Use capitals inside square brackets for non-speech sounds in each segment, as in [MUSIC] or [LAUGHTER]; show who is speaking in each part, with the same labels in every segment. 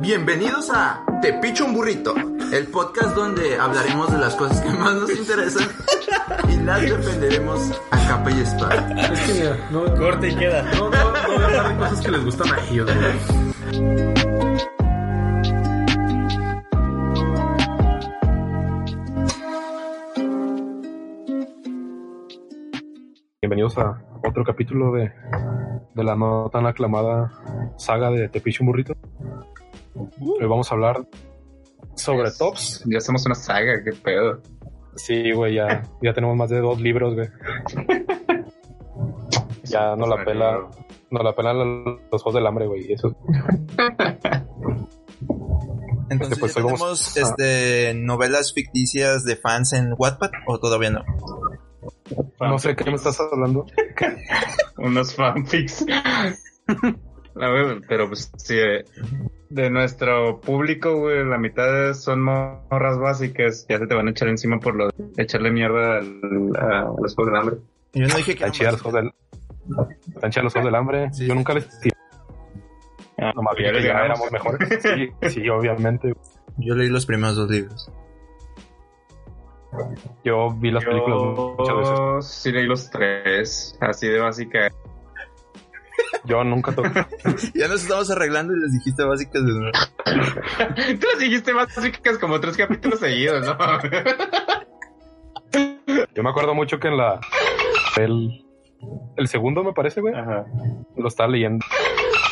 Speaker 1: Bienvenidos a Te Picho un Burrito, el podcast donde hablaremos de las cosas que más nos interesan y las defenderemos a capa y espada.
Speaker 2: Es que mira, no, no,
Speaker 3: Corte y queda.
Speaker 2: no, no voy a hablar de cosas que les gustan a ellos, güey.
Speaker 4: Bienvenidos a otro capítulo de, de la no tan aclamada saga de Tepicho Burrito. Hoy vamos a hablar sobre
Speaker 5: Es-
Speaker 4: tops.
Speaker 5: Ya hacemos una saga, qué pedo.
Speaker 4: Sí, güey, ya, ya tenemos más de dos libros, güey. Ya no la pela, no la pelan los juegos del hambre, güey. y Eso
Speaker 6: Entonces,
Speaker 4: Pues,
Speaker 6: ¿ya
Speaker 4: hoy
Speaker 6: tenemos
Speaker 4: vamos a-
Speaker 6: este, novelas ficticias de fans en Wattpad o todavía no?
Speaker 4: no sé qué me estás hablando.
Speaker 5: Unos fanfics. [LAUGHS] La verdad, pero pues sí, eh, de nuestro público, güey, la mitad son morras básicas. Ya se te van a echar encima por lo de echarle mierda al- a los juegos de hambre.
Speaker 6: Yo no dije que
Speaker 4: Tan chidas los juegos del, tan chidas los juegos del hambre.
Speaker 6: Sí,
Speaker 4: Yo
Speaker 6: sí.
Speaker 4: nunca les tiré.
Speaker 5: Ah,
Speaker 4: Nomás vi
Speaker 5: ya
Speaker 4: que
Speaker 5: les
Speaker 4: ya
Speaker 5: ganamos.
Speaker 4: éramos mejores. Sí, sí, obviamente.
Speaker 6: yo leí los primeros dos libros.
Speaker 4: Yo vi las películas muchas veces.
Speaker 5: Yo sí leí los tres, así de básica. [LAUGHS]
Speaker 4: Yo nunca toqué.
Speaker 6: Ya nos estamos arreglando y les dijiste básicas de nuevo.
Speaker 5: Tú las dijiste básicas como tres capítulos seguidos, ¿no?
Speaker 4: Yo me acuerdo mucho que en la. El, el segundo, me parece, güey.
Speaker 5: Ajá.
Speaker 4: Lo estaba leyendo.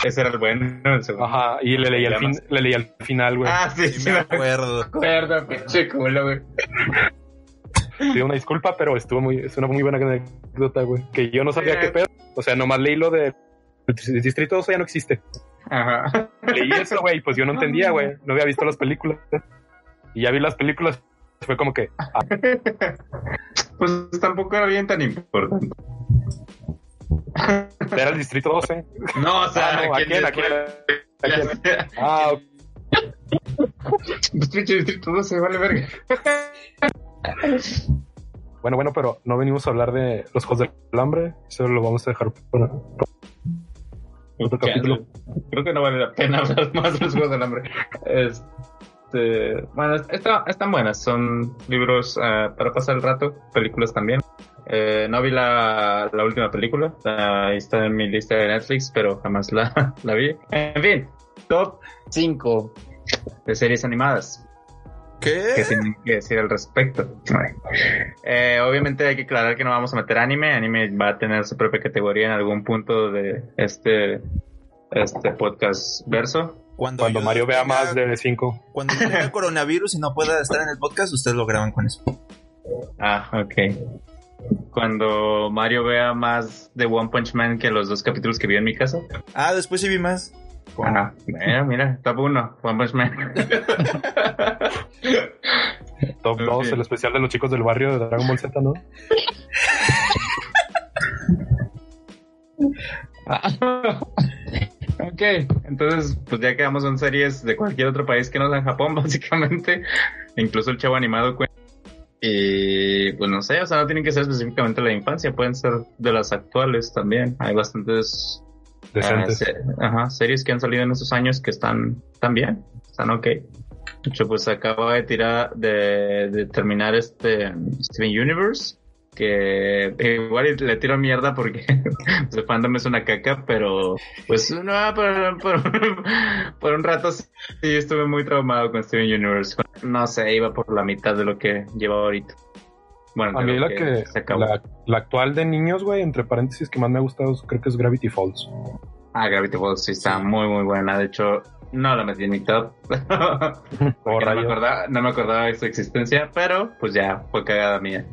Speaker 5: Ese era el bueno, el segundo.
Speaker 4: Ajá. Y le leí al, fin, le leí al final, güey.
Speaker 5: Ah, sí,
Speaker 6: Sí
Speaker 5: sí,
Speaker 6: me
Speaker 5: me
Speaker 6: acuerdo.
Speaker 5: acuerdo, pinche culo, güey.
Speaker 4: Pido una disculpa, pero estuvo muy. Es una muy buena anécdota, güey. Que yo no sabía qué pedo. O sea, nomás leí lo de. El distrito 12 ya no existe.
Speaker 5: Ajá. [LAUGHS]
Speaker 4: Leí eso, güey. Pues yo no entendía, güey. No había visto las películas. Y ya vi las películas. Fue como que.
Speaker 5: Pues tampoco era bien tan importante.
Speaker 4: Era el distrito ¿eh? 12.
Speaker 5: No, o sea,
Speaker 4: Ah, no, ¿a
Speaker 5: ¿quién
Speaker 4: quién? ¿A
Speaker 5: después?
Speaker 4: quién? ¿A
Speaker 5: [LAUGHS]
Speaker 4: quién? Ah, ok.
Speaker 5: Pues pinche distrito 12, vale verga.
Speaker 4: Bueno, bueno, pero no venimos a hablar de los juegos del hambre. Solo lo vamos a dejar para otro capítulo.
Speaker 5: Creo que no vale la pena [LAUGHS] hablar más de los Juegos del Hambre. Este, bueno, está- están buenas. Son libros ah, para pasar el rato, películas también. Eh, no vi la, la última película. Ah, ahí está en mi lista de Netflix, pero jamás la, [LAUGHS] la vi. En fin, top 5 de series animadas. que
Speaker 6: ¿Qué?
Speaker 5: tienen que decir al respecto. Eh, obviamente hay que aclarar que no vamos a meter anime. Anime va a tener su propia categoría en algún punto de este, este podcast verso.
Speaker 6: Cuando,
Speaker 4: Cuando
Speaker 6: yo
Speaker 4: Mario vea
Speaker 6: tenga-
Speaker 4: más de 5.
Speaker 6: Cuando [LAUGHS] tenga coronavirus y no pueda estar en el podcast, ustedes lo graban con eso.
Speaker 5: Ah, ok. Cuando Mario vea más de One Punch Man que los dos capítulos que vi en mi casa.
Speaker 6: Ah, después sí vi más.
Speaker 5: Ajá. Mira, mira, top uno, One Punch Man.
Speaker 4: Top
Speaker 5: Ok.
Speaker 4: 2, el especial de los chicos del barrio de Dragon Ball Z, ¿no?
Speaker 5: Ah, [LAUGHS] Ok, entonces pues ya quedamos en series de cualquier otro país que no sea Japón, [LAUGHS] básicamente. Incluso el chavo animado cuenta. Y pues no sé, o sea, no tienen que ser específicamente la infancia, pueden ser de las actuales también. Hay bastantes ah,
Speaker 4: Decentes.
Speaker 5: se- ajá, series que han salido en estos años que están, están bien, están ok. De hecho, pues acaba de tirar, de, de terminar este um, Steven Universe. Que igual y le tiro mierda porque [LAUGHS] pues, el fandom es una caca, pero pues no, por, [LAUGHS] por- por un rato sí estuve muy traumado con Steven Universe. No sé, iba por la mitad de lo que lleva ahorita. Bueno,
Speaker 4: A
Speaker 5: de
Speaker 4: mí
Speaker 5: lo
Speaker 4: la que.
Speaker 5: se acabó.
Speaker 4: La, la actual de niños, güey, entre paréntesis, que más me ha gustado, es- creo que es Gravity Falls.
Speaker 5: Ah, Gravity Falls sí está muy, muy buena. De hecho, no la metí en mi top. [LAUGHS]
Speaker 4: Oh,
Speaker 5: Porque no, me
Speaker 4: rayos.
Speaker 5: acordaba, no me acordaba de su existencia, pero pues ya fue cagada mía.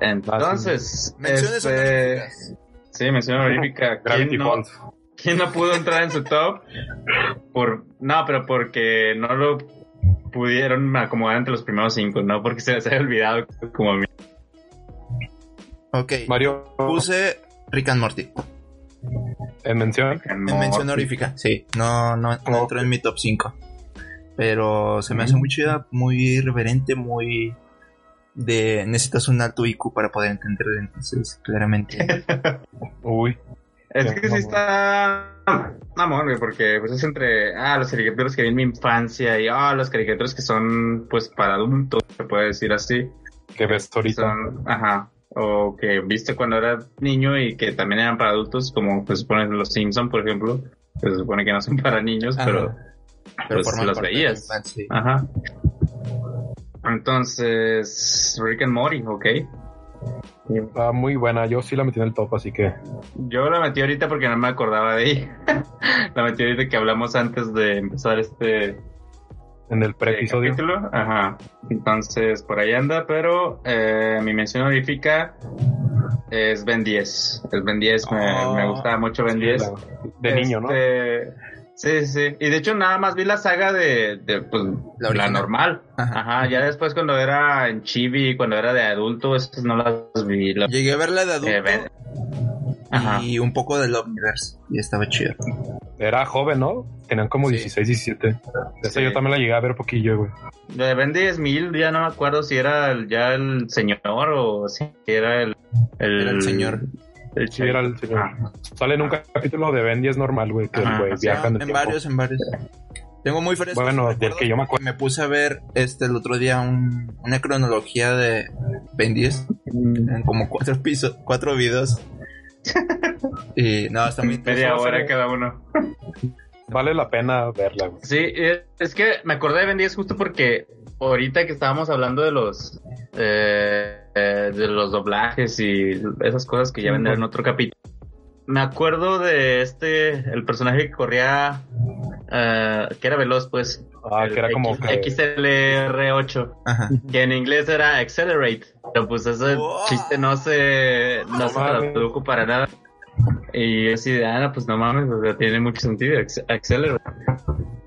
Speaker 5: Entonces,
Speaker 6: Ah, Menciones
Speaker 5: este,
Speaker 6: honoríficas.
Speaker 5: Sí, mención
Speaker 4: [LAUGHS]
Speaker 5: honorífica.
Speaker 4: Gravity
Speaker 5: ¿Quién no,
Speaker 4: Falls.
Speaker 5: quién no pudo entrar en su top? Por, no, pero porque no lo pudieron acomodar entre los primeros cinco, no porque se les haya olvidado como a mí.
Speaker 6: Ok.
Speaker 4: Mario,
Speaker 6: Puse Rick and Morty.
Speaker 4: en mención.
Speaker 6: En mención honorífica. Sí. No, no, no
Speaker 4: Oh,
Speaker 6: entró en mi top 5. Pero se me
Speaker 4: Mm.
Speaker 6: hace muy chida, muy irreverente, muy de necesitas un alto IQ para poder
Speaker 4: [LAUGHS]
Speaker 6: entenderlo, entonces claramente
Speaker 4: Uy,
Speaker 5: Es que sí está Mamón, güey, porque pues es entre, ah, los caricaturas que vi en mi infancia y, ah, los caricaturas que son, pues, para adultos, se puede decir así.
Speaker 4: que ves ahorita.
Speaker 5: Son, ajá, o que viste cuando era niño y que también eran para adultos, como pues, se supone los Simpson, por ejemplo, que se supone que no son [LAUGHS] para niños,
Speaker 6: Ajá.
Speaker 5: pero,
Speaker 4: Pues
Speaker 5: pero
Speaker 6: forman
Speaker 5: los
Speaker 6: parte de
Speaker 5: veías.
Speaker 6: la infancia.
Speaker 5: Ajá. Entonces, Rick and Morty, ok.
Speaker 4: Está muy buena, yo sí la metí en el top, así que
Speaker 5: Yo la metí ahorita porque no me acordaba de ella. [LAUGHS] la metí ahorita que hablamos antes de empezar este
Speaker 4: en el
Speaker 5: eh,
Speaker 4: pre-episodio.
Speaker 5: capítulo. Ajá. Entonces, por ahí anda, pero eh, mi mención honorífica es Ben 10. El Ben 10 me,
Speaker 6: Oh,
Speaker 5: me gustaba mucho Ben 10.
Speaker 4: la- Ah, De
Speaker 5: Este,
Speaker 4: niño, ¿no?
Speaker 5: Sí, sí. Y de hecho nada más vi la saga de, de, pues,
Speaker 6: La
Speaker 5: la,
Speaker 6: original.
Speaker 5: normal.
Speaker 6: Ajá.
Speaker 5: Ajá. Ya después cuando era en chibi, cuando era de adulto, estas no las vi. La-
Speaker 6: Llegué a verla de
Speaker 5: eh, Ben-
Speaker 6: adulto
Speaker 5: Ajá.
Speaker 6: y un poco del Omniverse. Y estaba chido.
Speaker 4: Era joven, ¿no? Tenían como
Speaker 6: Sí.
Speaker 4: 16, 17. Esa
Speaker 5: Sí.
Speaker 4: yo también la llegué a ver poquillo, güey.
Speaker 5: De Ben 10.000 ya no me acuerdo si era el- ya el señor o si era el... el
Speaker 6: Era el señor.
Speaker 5: el
Speaker 4: Sí, era el señor.
Speaker 5: Ah.
Speaker 4: Sale en un capítulo de Ben 10 normal, güey, que el
Speaker 5: Ajá.
Speaker 4: güey
Speaker 5: O
Speaker 6: Sí,
Speaker 4: viaja en el
Speaker 6: en
Speaker 4: Pues tiempo.
Speaker 6: varios, este, en varios. Tengo muy fresco.
Speaker 4: Bueno, del que yo me acuerdo.
Speaker 6: Me puse a ver este el otro día un- una cronología de Ben 10
Speaker 5: Mm,
Speaker 6: en como cuatro pisos, cuatro videos. y no, está muy
Speaker 5: Media
Speaker 6: interesante.
Speaker 5: hora cada uno.
Speaker 4: Vale la pena verla, güey.
Speaker 5: Sí, eh, es que me acordé de Ben 10 justo porque ahorita que estábamos hablando de los eh, eh, de los doblajes y esas cosas que ya vendrán en otro capítulo. Me acuerdo de este, el personaje que corría, eh, que era veloz, pues.
Speaker 4: Ah,
Speaker 5: El
Speaker 4: que era como
Speaker 5: X-
Speaker 4: que-
Speaker 5: XLR8,
Speaker 6: Ajá.
Speaker 5: que en inglés era Accelerate. Pero pues ese
Speaker 6: Wow.
Speaker 5: chiste no se, no se
Speaker 4: mames.
Speaker 5: tradujo para nada. Y yo así de, ah, no, pues no mames, o sea, tiene mucho sentido, acc- Accelerate.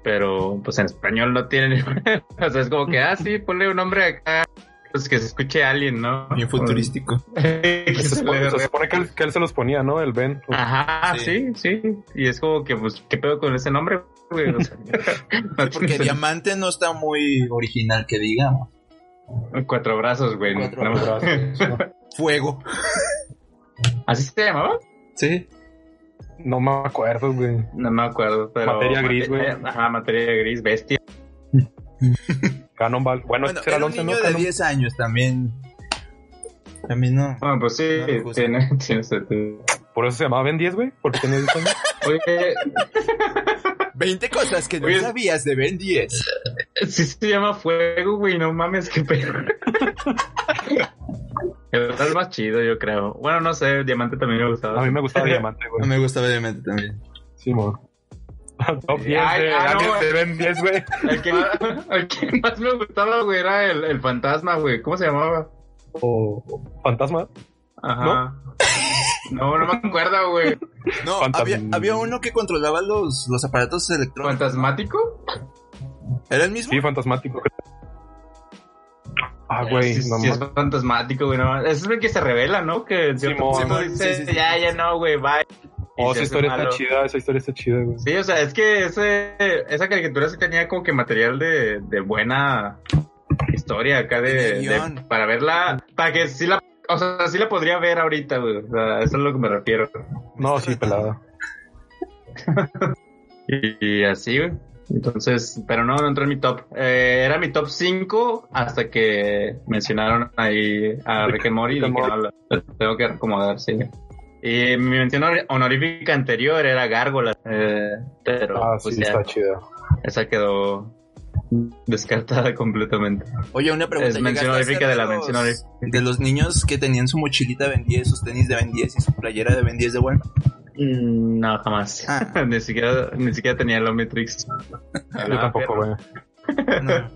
Speaker 5: Pero pues en español no tiene. ni- [LAUGHS] o sea, es como que, ah, sí, ponle un nombre acá, pues que se escuche a alguien, ¿no?
Speaker 6: Bien
Speaker 5: [LAUGHS]
Speaker 6: futurístico.
Speaker 4: Se supone, se supone que, él, que él se los ponía, ¿no? El Ben.
Speaker 5: Ah. Ajá,
Speaker 6: Sí.
Speaker 5: sí. sí, Y es como que, pues, ¿qué pedo con ese nombre? güey? O sea, [LAUGHS] no
Speaker 6: Porque
Speaker 5: tiene
Speaker 6: Diamante no está muy original, que digamos.
Speaker 5: sen- Cuatro brazos, güey.
Speaker 6: Cuatro
Speaker 5: no mames. [LAUGHS]
Speaker 6: Fuego.
Speaker 5: ¿Así se llamaba?
Speaker 6: Sí.
Speaker 4: No me acuerdo, güey.
Speaker 5: No me acuerdo, pero.
Speaker 4: Materia gris, güey.
Speaker 5: Mate- Ajá, materia gris, bestia.
Speaker 4: Cannonball. Bueno,
Speaker 6: Bueno,
Speaker 4: este
Speaker 6: era
Speaker 4: era el
Speaker 6: un
Speaker 4: 11, ¿no?
Speaker 6: niño de
Speaker 4: Cannon-
Speaker 6: 10 años también. También no.
Speaker 5: Bueno, pues sí,
Speaker 6: No me gusta.
Speaker 5: tiene, [LAUGHS] tiene sentido.
Speaker 4: Por eso se llamaba Ben 10, güey. Porque tenía 10
Speaker 5: [LAUGHS]
Speaker 4: años.
Speaker 5: Oye,
Speaker 6: 20 cosas que no
Speaker 5: Oye.
Speaker 6: sabías de Ben 10.
Speaker 5: sí se llama fuego, güey, no mames, qué
Speaker 4: [LAUGHS]
Speaker 5: pedo. Está el más chido, yo creo. Bueno, no sé, diamante también me gustaba.
Speaker 4: A mí me gustaba Diamante,
Speaker 6: No
Speaker 4: güey.
Speaker 6: me gustaba Diamante también.
Speaker 4: Sí, mo.
Speaker 5: [LAUGHS]
Speaker 4: Top 10 de,
Speaker 5: Ay, ah,
Speaker 4: alguien
Speaker 5: no,
Speaker 4: de Ben 10, güey.
Speaker 5: El que, más, el que más me gustaba, güey, era el, el fantasma, güey. ¿Cómo se llamaba?
Speaker 4: O Fantasma.
Speaker 5: Ajá. No, no, me acuerdo, güey.
Speaker 6: No,
Speaker 4: Fantasm-
Speaker 6: había, había uno que controlaba los, los aparatos electrónicos.
Speaker 5: ¿Fantasmático?
Speaker 6: ¿Era el mismo?
Speaker 4: Sí, fantasmático. Ah, güey.
Speaker 5: Sí,
Speaker 4: no
Speaker 5: sí, es
Speaker 4: mames.
Speaker 5: fantasmático, güey. No, ese es el que se revela, ¿no? Que en cierto
Speaker 4: Simón.
Speaker 5: punto
Speaker 6: Simón,
Speaker 5: dice,
Speaker 6: sí, sí, sí.
Speaker 5: ya, ya no, güey, bye. Y
Speaker 4: Oh, esa
Speaker 5: se hace
Speaker 4: historia
Speaker 5: malo.
Speaker 4: está chida, esa historia está chida, güey.
Speaker 5: Sí, o sea, es que ese, esa caricatura sí tenía como que material de, de buena historia acá de,
Speaker 6: De
Speaker 5: de-
Speaker 6: guión.
Speaker 5: para verla, para que sí la, o sea, sí la podría ver ahorita, güey. O sea, eso es a lo que me refiero.
Speaker 4: No,
Speaker 6: está
Speaker 4: sí, pelada.
Speaker 5: Y, y así, güey. Entonces, pero no, no entró en mi top. Eh, era mi top 5 hasta que mencionaron ahí a Rick and Morty. y
Speaker 4: Rick and
Speaker 5: dije,
Speaker 4: Morty.
Speaker 5: "No, lo- lo tengo que acomodar, sí. Y mi mención honor- honorífica anterior era Gárgola. eh, pero
Speaker 4: Ah,
Speaker 5: pues
Speaker 4: sí,
Speaker 5: ya,
Speaker 4: está chida.
Speaker 5: esa quedó descartada [LAUGHS] completamente.
Speaker 6: Oye, una pregunta.
Speaker 5: Es
Speaker 6: ¿llegaste
Speaker 5: mención
Speaker 6: a
Speaker 5: honorífica
Speaker 6: ser
Speaker 5: de la
Speaker 6: los-
Speaker 5: mención honorífica.
Speaker 6: De los niños que tenían su mochilita Ben 10, sus tenis de Ben 10 y su playera de Ben 10 de
Speaker 5: [LAUGHS]
Speaker 6: Walmart.
Speaker 5: Mm, No, jamás.
Speaker 6: Ah.
Speaker 5: [LAUGHS] ni, siquiera, ni siquiera tenía el Omnitrix.
Speaker 4: Yo tampoco, güey.
Speaker 6: No.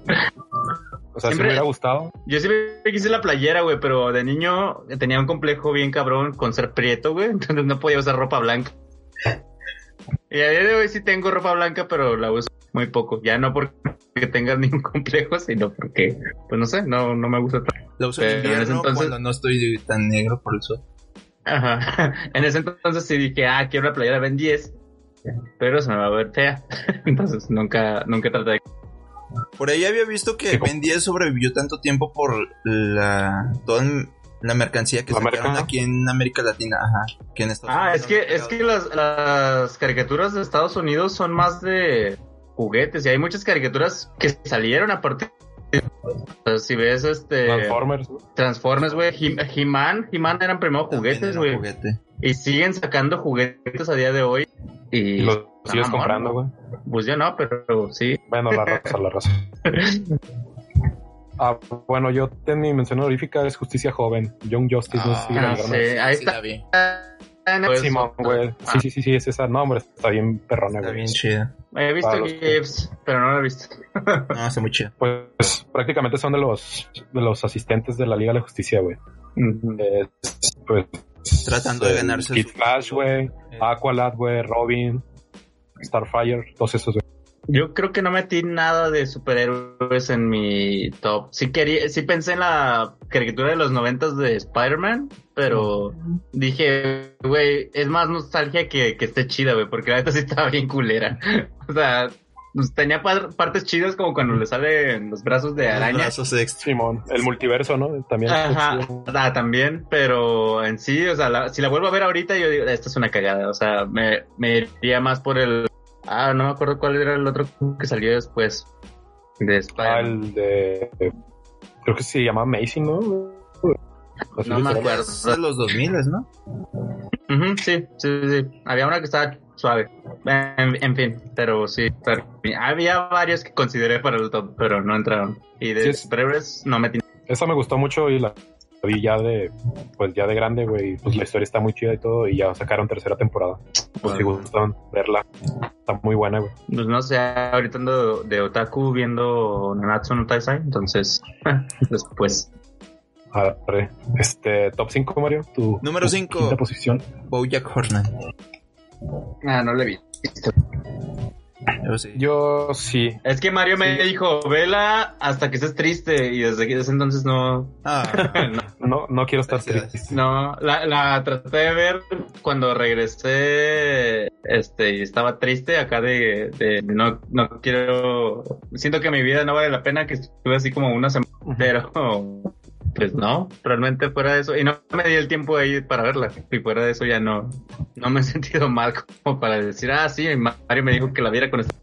Speaker 4: O sea, si me
Speaker 5: Siempre-
Speaker 4: hubiera gustado.
Speaker 5: Yo siempre quise la playera, güey, pero de niño tenía un complejo bien cabrón con ser prieto, güey, [LAUGHS] entonces no podía usar ropa blanca. Y a día de hoy sí tengo ropa blanca, pero la uso muy poco. Ya no porque tengas [LAUGHS] ningún complejo, sino porque, pues no sé, no, no me gusta tanto.
Speaker 6: La uso
Speaker 5: Pero
Speaker 6: en
Speaker 5: en
Speaker 6: invierno
Speaker 5: ese entonces-
Speaker 6: cuando no estoy tan negro por el sol.
Speaker 5: Ajá. [LAUGHS] En ese entonces sí dije, ah, quiero la playera Ben 10, pero se me va a ver fea. [LAUGHS] Entonces nunca, nunca traté de...
Speaker 6: Por ahí había visto que Ben 10 sobrevivió tanto tiempo por la todo el La mercancía que
Speaker 4: ¿La
Speaker 6: sacaron
Speaker 4: merca?
Speaker 6: aquí en América Latina, ajá, que en Estados
Speaker 5: Ah,
Speaker 6: Unidos
Speaker 5: es
Speaker 6: no
Speaker 5: que,
Speaker 6: había
Speaker 5: es que
Speaker 6: llegado.
Speaker 5: las, las caricaturas de Estados Unidos son más de juguetes y hay muchas caricaturas que salieron a partir de... Si ves este...
Speaker 4: Transformers. ¿no?
Speaker 5: Transformers, güey. He- He-Man. He-Man eran primero
Speaker 6: También
Speaker 5: juguetes,
Speaker 6: era
Speaker 5: güey.
Speaker 6: juguete.
Speaker 5: Y siguen sacando juguetes a día de hoy. Y,
Speaker 4: Y los sigues
Speaker 5: Ah,
Speaker 4: comprando, güey.
Speaker 5: Pues yo no, pero sí.
Speaker 4: Bueno,
Speaker 5: [LAUGHS]
Speaker 4: la raza, la raza. Ah, bueno, yo en mi mención honorífica es Justicia Joven, Young Justice, no sé si la
Speaker 5: Ah,
Speaker 4: vieron.
Speaker 5: sí, ahí
Speaker 6: Sí, la
Speaker 5: está.
Speaker 6: vi.
Speaker 5: Pues,
Speaker 4: Simón, güey. Sí, sí, sí, sí, es esa. No, hombre, está bien perrona,
Speaker 6: Está
Speaker 4: güey.
Speaker 6: bien chida.
Speaker 5: He
Speaker 4: Para
Speaker 5: visto
Speaker 4: los que-
Speaker 5: GIFs, pero no lo he visto.
Speaker 6: No, está muy chida.
Speaker 4: Pues prácticamente son de los de los asistentes de la Liga de la Justicia, güey. Eh, pues,
Speaker 6: Tratando de
Speaker 4: el
Speaker 6: ganarse
Speaker 4: Kid
Speaker 6: su-
Speaker 4: Flash, güey,
Speaker 6: Eh.
Speaker 4: Aqualad, güey, Robin, Starfire, todos esos, güey.
Speaker 5: Yo creo que no metí nada de superhéroes en mi top. Sí quería, sí pensé en la caricatura de los noventas de Spider-Man, pero dije, güey, es más nostalgia que, que esté chida, güey, porque la neta sí estaba bien culera. [LAUGHS] O sea, pues, tenía par- partes chidas como cuando le salen los brazos de
Speaker 6: Los
Speaker 5: araña.
Speaker 6: brazos extra.
Speaker 4: Simón, el multiverso, ¿no? También.
Speaker 5: Ajá, ah, también, pero en sí, o sea, la- si la vuelvo a ver ahorita, yo digo, esta es una cagada, o sea, me, me iría más por el... Ah, no me acuerdo cuál era el otro que salió después de
Speaker 4: Ah,
Speaker 5: Spider-Man.
Speaker 4: el de. Creo que se llama Amazing, ¿no? Así
Speaker 5: No me
Speaker 4: literal.
Speaker 5: acuerdo.
Speaker 6: Es de los 2000, ¿no?
Speaker 5: Ujú, sí, sí, sí, sí. había una que estaba suave, en, en fin, pero sí, está bien. había varios que consideré para el top, pero no entraron. Y
Speaker 4: Sí,
Speaker 5: de
Speaker 4: es-
Speaker 5: superhéroes no me
Speaker 4: Esa me gustó mucho y la la vi ya de. Pues ya de grande, güey. y Pues la historia está muy chida y todo. Y ya sacaron tercera temporada. Pues
Speaker 5: Ah.
Speaker 4: si gustan verla. Está muy buena, güey.
Speaker 5: Pues no sé, ahorita ando de otaku viendo Nanatsu no Taizai, entonces [LAUGHS] después.
Speaker 4: Arre. Este, top 5, Mario. Tu,
Speaker 6: Número
Speaker 4: tu
Speaker 6: cinco.
Speaker 4: quinta posición.
Speaker 6: Bojack Horseman.
Speaker 5: Ah, no le vi.
Speaker 6: Yo sí.
Speaker 4: Yo sí.
Speaker 5: Es que Mario me dijo, vela hasta que estés triste y desde que- desde entonces no, [LAUGHS]
Speaker 6: Ah,
Speaker 4: No, no quiero estar
Speaker 6: Felicidades.
Speaker 4: triste.
Speaker 5: no, la, la traté de ver cuando regresé, este, y estaba triste acá de, de no, no quiero, siento que mi vida no vale la pena que estuve así como una semana, [LAUGHS] pero pues no, realmente fuera de eso, y no me di el tiempo ahí para verla, y fuera de eso ya no, no me he [LAUGHS] sentido mal como para decir, ah, sí, Mario me dijo que la viera con este.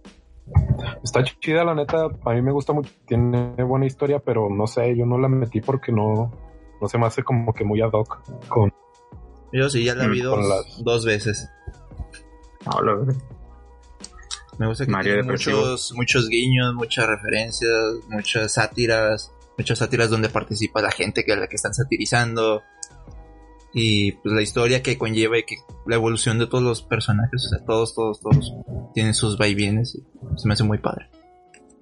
Speaker 4: Está chida, la neta. A mí me gusta mucho. Tiene buena historia, pero no sé. Yo no la metí porque no. No se me hace como que muy ad hoc con
Speaker 6: yo sí, ya la vi
Speaker 5: [LAUGHS] Mm,
Speaker 6: dos,
Speaker 4: con las-
Speaker 6: dos veces.
Speaker 5: No, la verdad.
Speaker 6: Me gusta que
Speaker 5: Mario
Speaker 6: tiene
Speaker 5: depresivo.
Speaker 6: muchos, muchos guiños, muchas referencias, muchas sátiras, muchas sátiras donde participa la gente que a la que están satirizando. Y pues la historia que conlleva y que la evolución de todos los personajes, o sea, todos, todos, todos tienen sus vaivienes. y se me hace muy padre.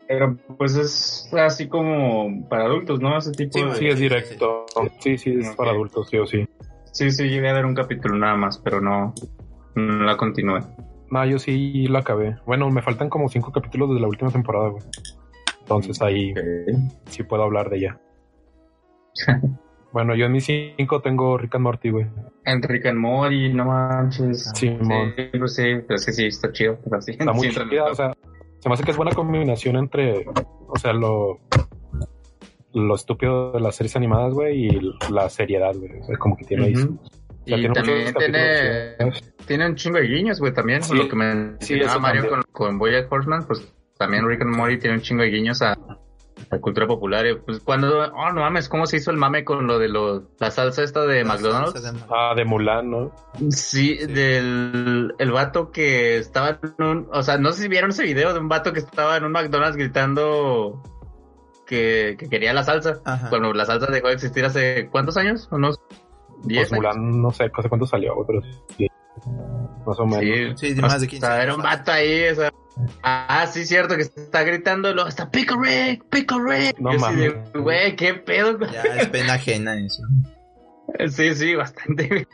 Speaker 5: Pero pues es así como para adultos, ¿no? Ese tipo
Speaker 6: Sí,
Speaker 5: de...
Speaker 4: Sí, es directo. Sí, sí, es
Speaker 5: Ok.
Speaker 4: para adultos, sí o sí.
Speaker 5: Sí, sí, llegué a ver un capítulo nada más, pero no, no la continué.
Speaker 4: No, yo sí la acabé. Bueno, me faltan como cinco capítulos de la última temporada, güey. Entonces ahí sí puedo hablar de ella. bueno, yo en mis cinco tengo Rick and Morty, güey.
Speaker 5: [LAUGHS] Enrique and Morty, no manches.
Speaker 4: Simón.
Speaker 5: Sí, pues sí, pero es que sí, está chido. pero sí,
Speaker 4: Está
Speaker 5: sí
Speaker 4: muy
Speaker 5: entra en el
Speaker 4: chida,
Speaker 5: top.
Speaker 4: o sea, se me hace que es buena combinación entre, o sea, lo lo estúpido de las series animadas, güey, y la seriedad, güey. O sea, como que tiene ahí su-
Speaker 5: Ujú.
Speaker 4: o sea,
Speaker 5: Y
Speaker 4: muchos
Speaker 5: también
Speaker 4: capítulos
Speaker 5: tiene,
Speaker 4: chidos.
Speaker 5: tiene un chingo de guiños, güey, también.
Speaker 4: Sí,
Speaker 5: lo que me
Speaker 4: sí,
Speaker 5: mencionaba
Speaker 4: eso
Speaker 5: Mario
Speaker 4: también.
Speaker 5: con, con Bojack Horseman, pues también Rick and Morty tiene un chingo de guiños a la cultura popular. Y, pues cuando, oh, no mames, ¿cómo se hizo el mame con lo de los, la salsa esta de McDonald's?
Speaker 4: Ah, de Mulan, ¿no?
Speaker 5: Sí, del el vato que estaba en un, o sea, no sé si vieron ese video de un vato que estaba en un McDonald's gritando que, que quería la salsa.
Speaker 6: Ajá.
Speaker 5: Cuando la salsa dejó de existir hace ¿cuántos años? Unos 10
Speaker 4: Pues Mulan, no sé, hace cuánto salió, pero sí. Más o menos.
Speaker 5: años.
Speaker 6: Sí, de más de 15
Speaker 5: O sea, era
Speaker 6: años.
Speaker 5: un vato ahí, o sea, ah, sí cierto que está gritando y luego está Pico Rick, Pico Rick.
Speaker 4: No
Speaker 5: Yo así de,
Speaker 4: mames.
Speaker 5: güey, qué pedo. [LAUGHS]
Speaker 6: Ya es pena ajena eso.
Speaker 5: Sí, sí, bastante.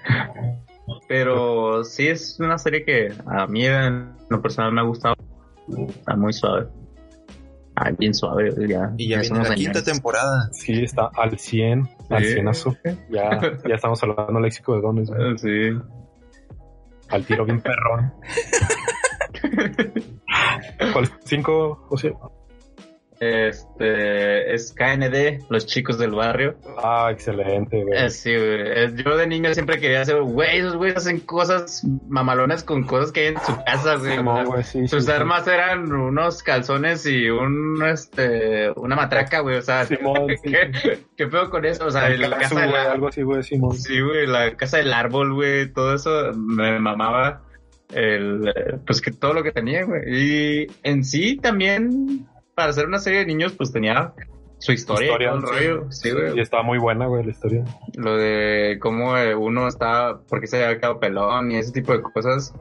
Speaker 5: Pero sí es una serie que a mí en lo personal me ha gustado. Está muy suave. Ah, bien suave, ya.
Speaker 6: Y ya
Speaker 5: ya
Speaker 6: viene
Speaker 5: somos
Speaker 6: la quinta
Speaker 5: señores.
Speaker 6: temporada.
Speaker 4: Sí, está al 100, al
Speaker 5: Sí.
Speaker 4: 100 Ya, ya estamos hablando léxico de dones, güey.
Speaker 5: [LAUGHS] Ah, Sí.
Speaker 4: al tiro bien
Speaker 5: [LAUGHS]
Speaker 4: perrón. ¿Cuál 5? O sea,
Speaker 5: Este es KND, los chicos del barrio.
Speaker 4: Ah, excelente, güey.
Speaker 5: Eh, sí, güey. Es- yo de niño siempre quería hacer, güey, esos güeyes hacen cosas mamalonas con cosas que hay en su casa, güey.
Speaker 4: Simón, güey, sí, sí,
Speaker 5: Sus
Speaker 4: sí.
Speaker 5: armas eran unos calzones y un, este, una matraca, güey. O sea, [LAUGHS]
Speaker 4: Simón, sí,
Speaker 5: ¿qué, qué pedo con eso? O sea,
Speaker 4: El
Speaker 5: la
Speaker 4: caso,
Speaker 5: casa de
Speaker 4: güey,
Speaker 5: la-
Speaker 4: algo así, güey, Simón.
Speaker 5: Sí, güey, la casa del árbol, güey, todo eso me mamaba. El, eh, pues que todo lo que tenía, güey. Y en sí también, para ser una serie de niños, pues tenía su historia,
Speaker 4: Historia,
Speaker 5: y todo el
Speaker 4: sí.
Speaker 5: rollo. Sí,
Speaker 4: Y
Speaker 5: güey.
Speaker 4: estaba muy buena, güey, la historia.
Speaker 5: Lo de cómo eh, uno estaba, por qué se había quedado pelón y ese tipo de cosas.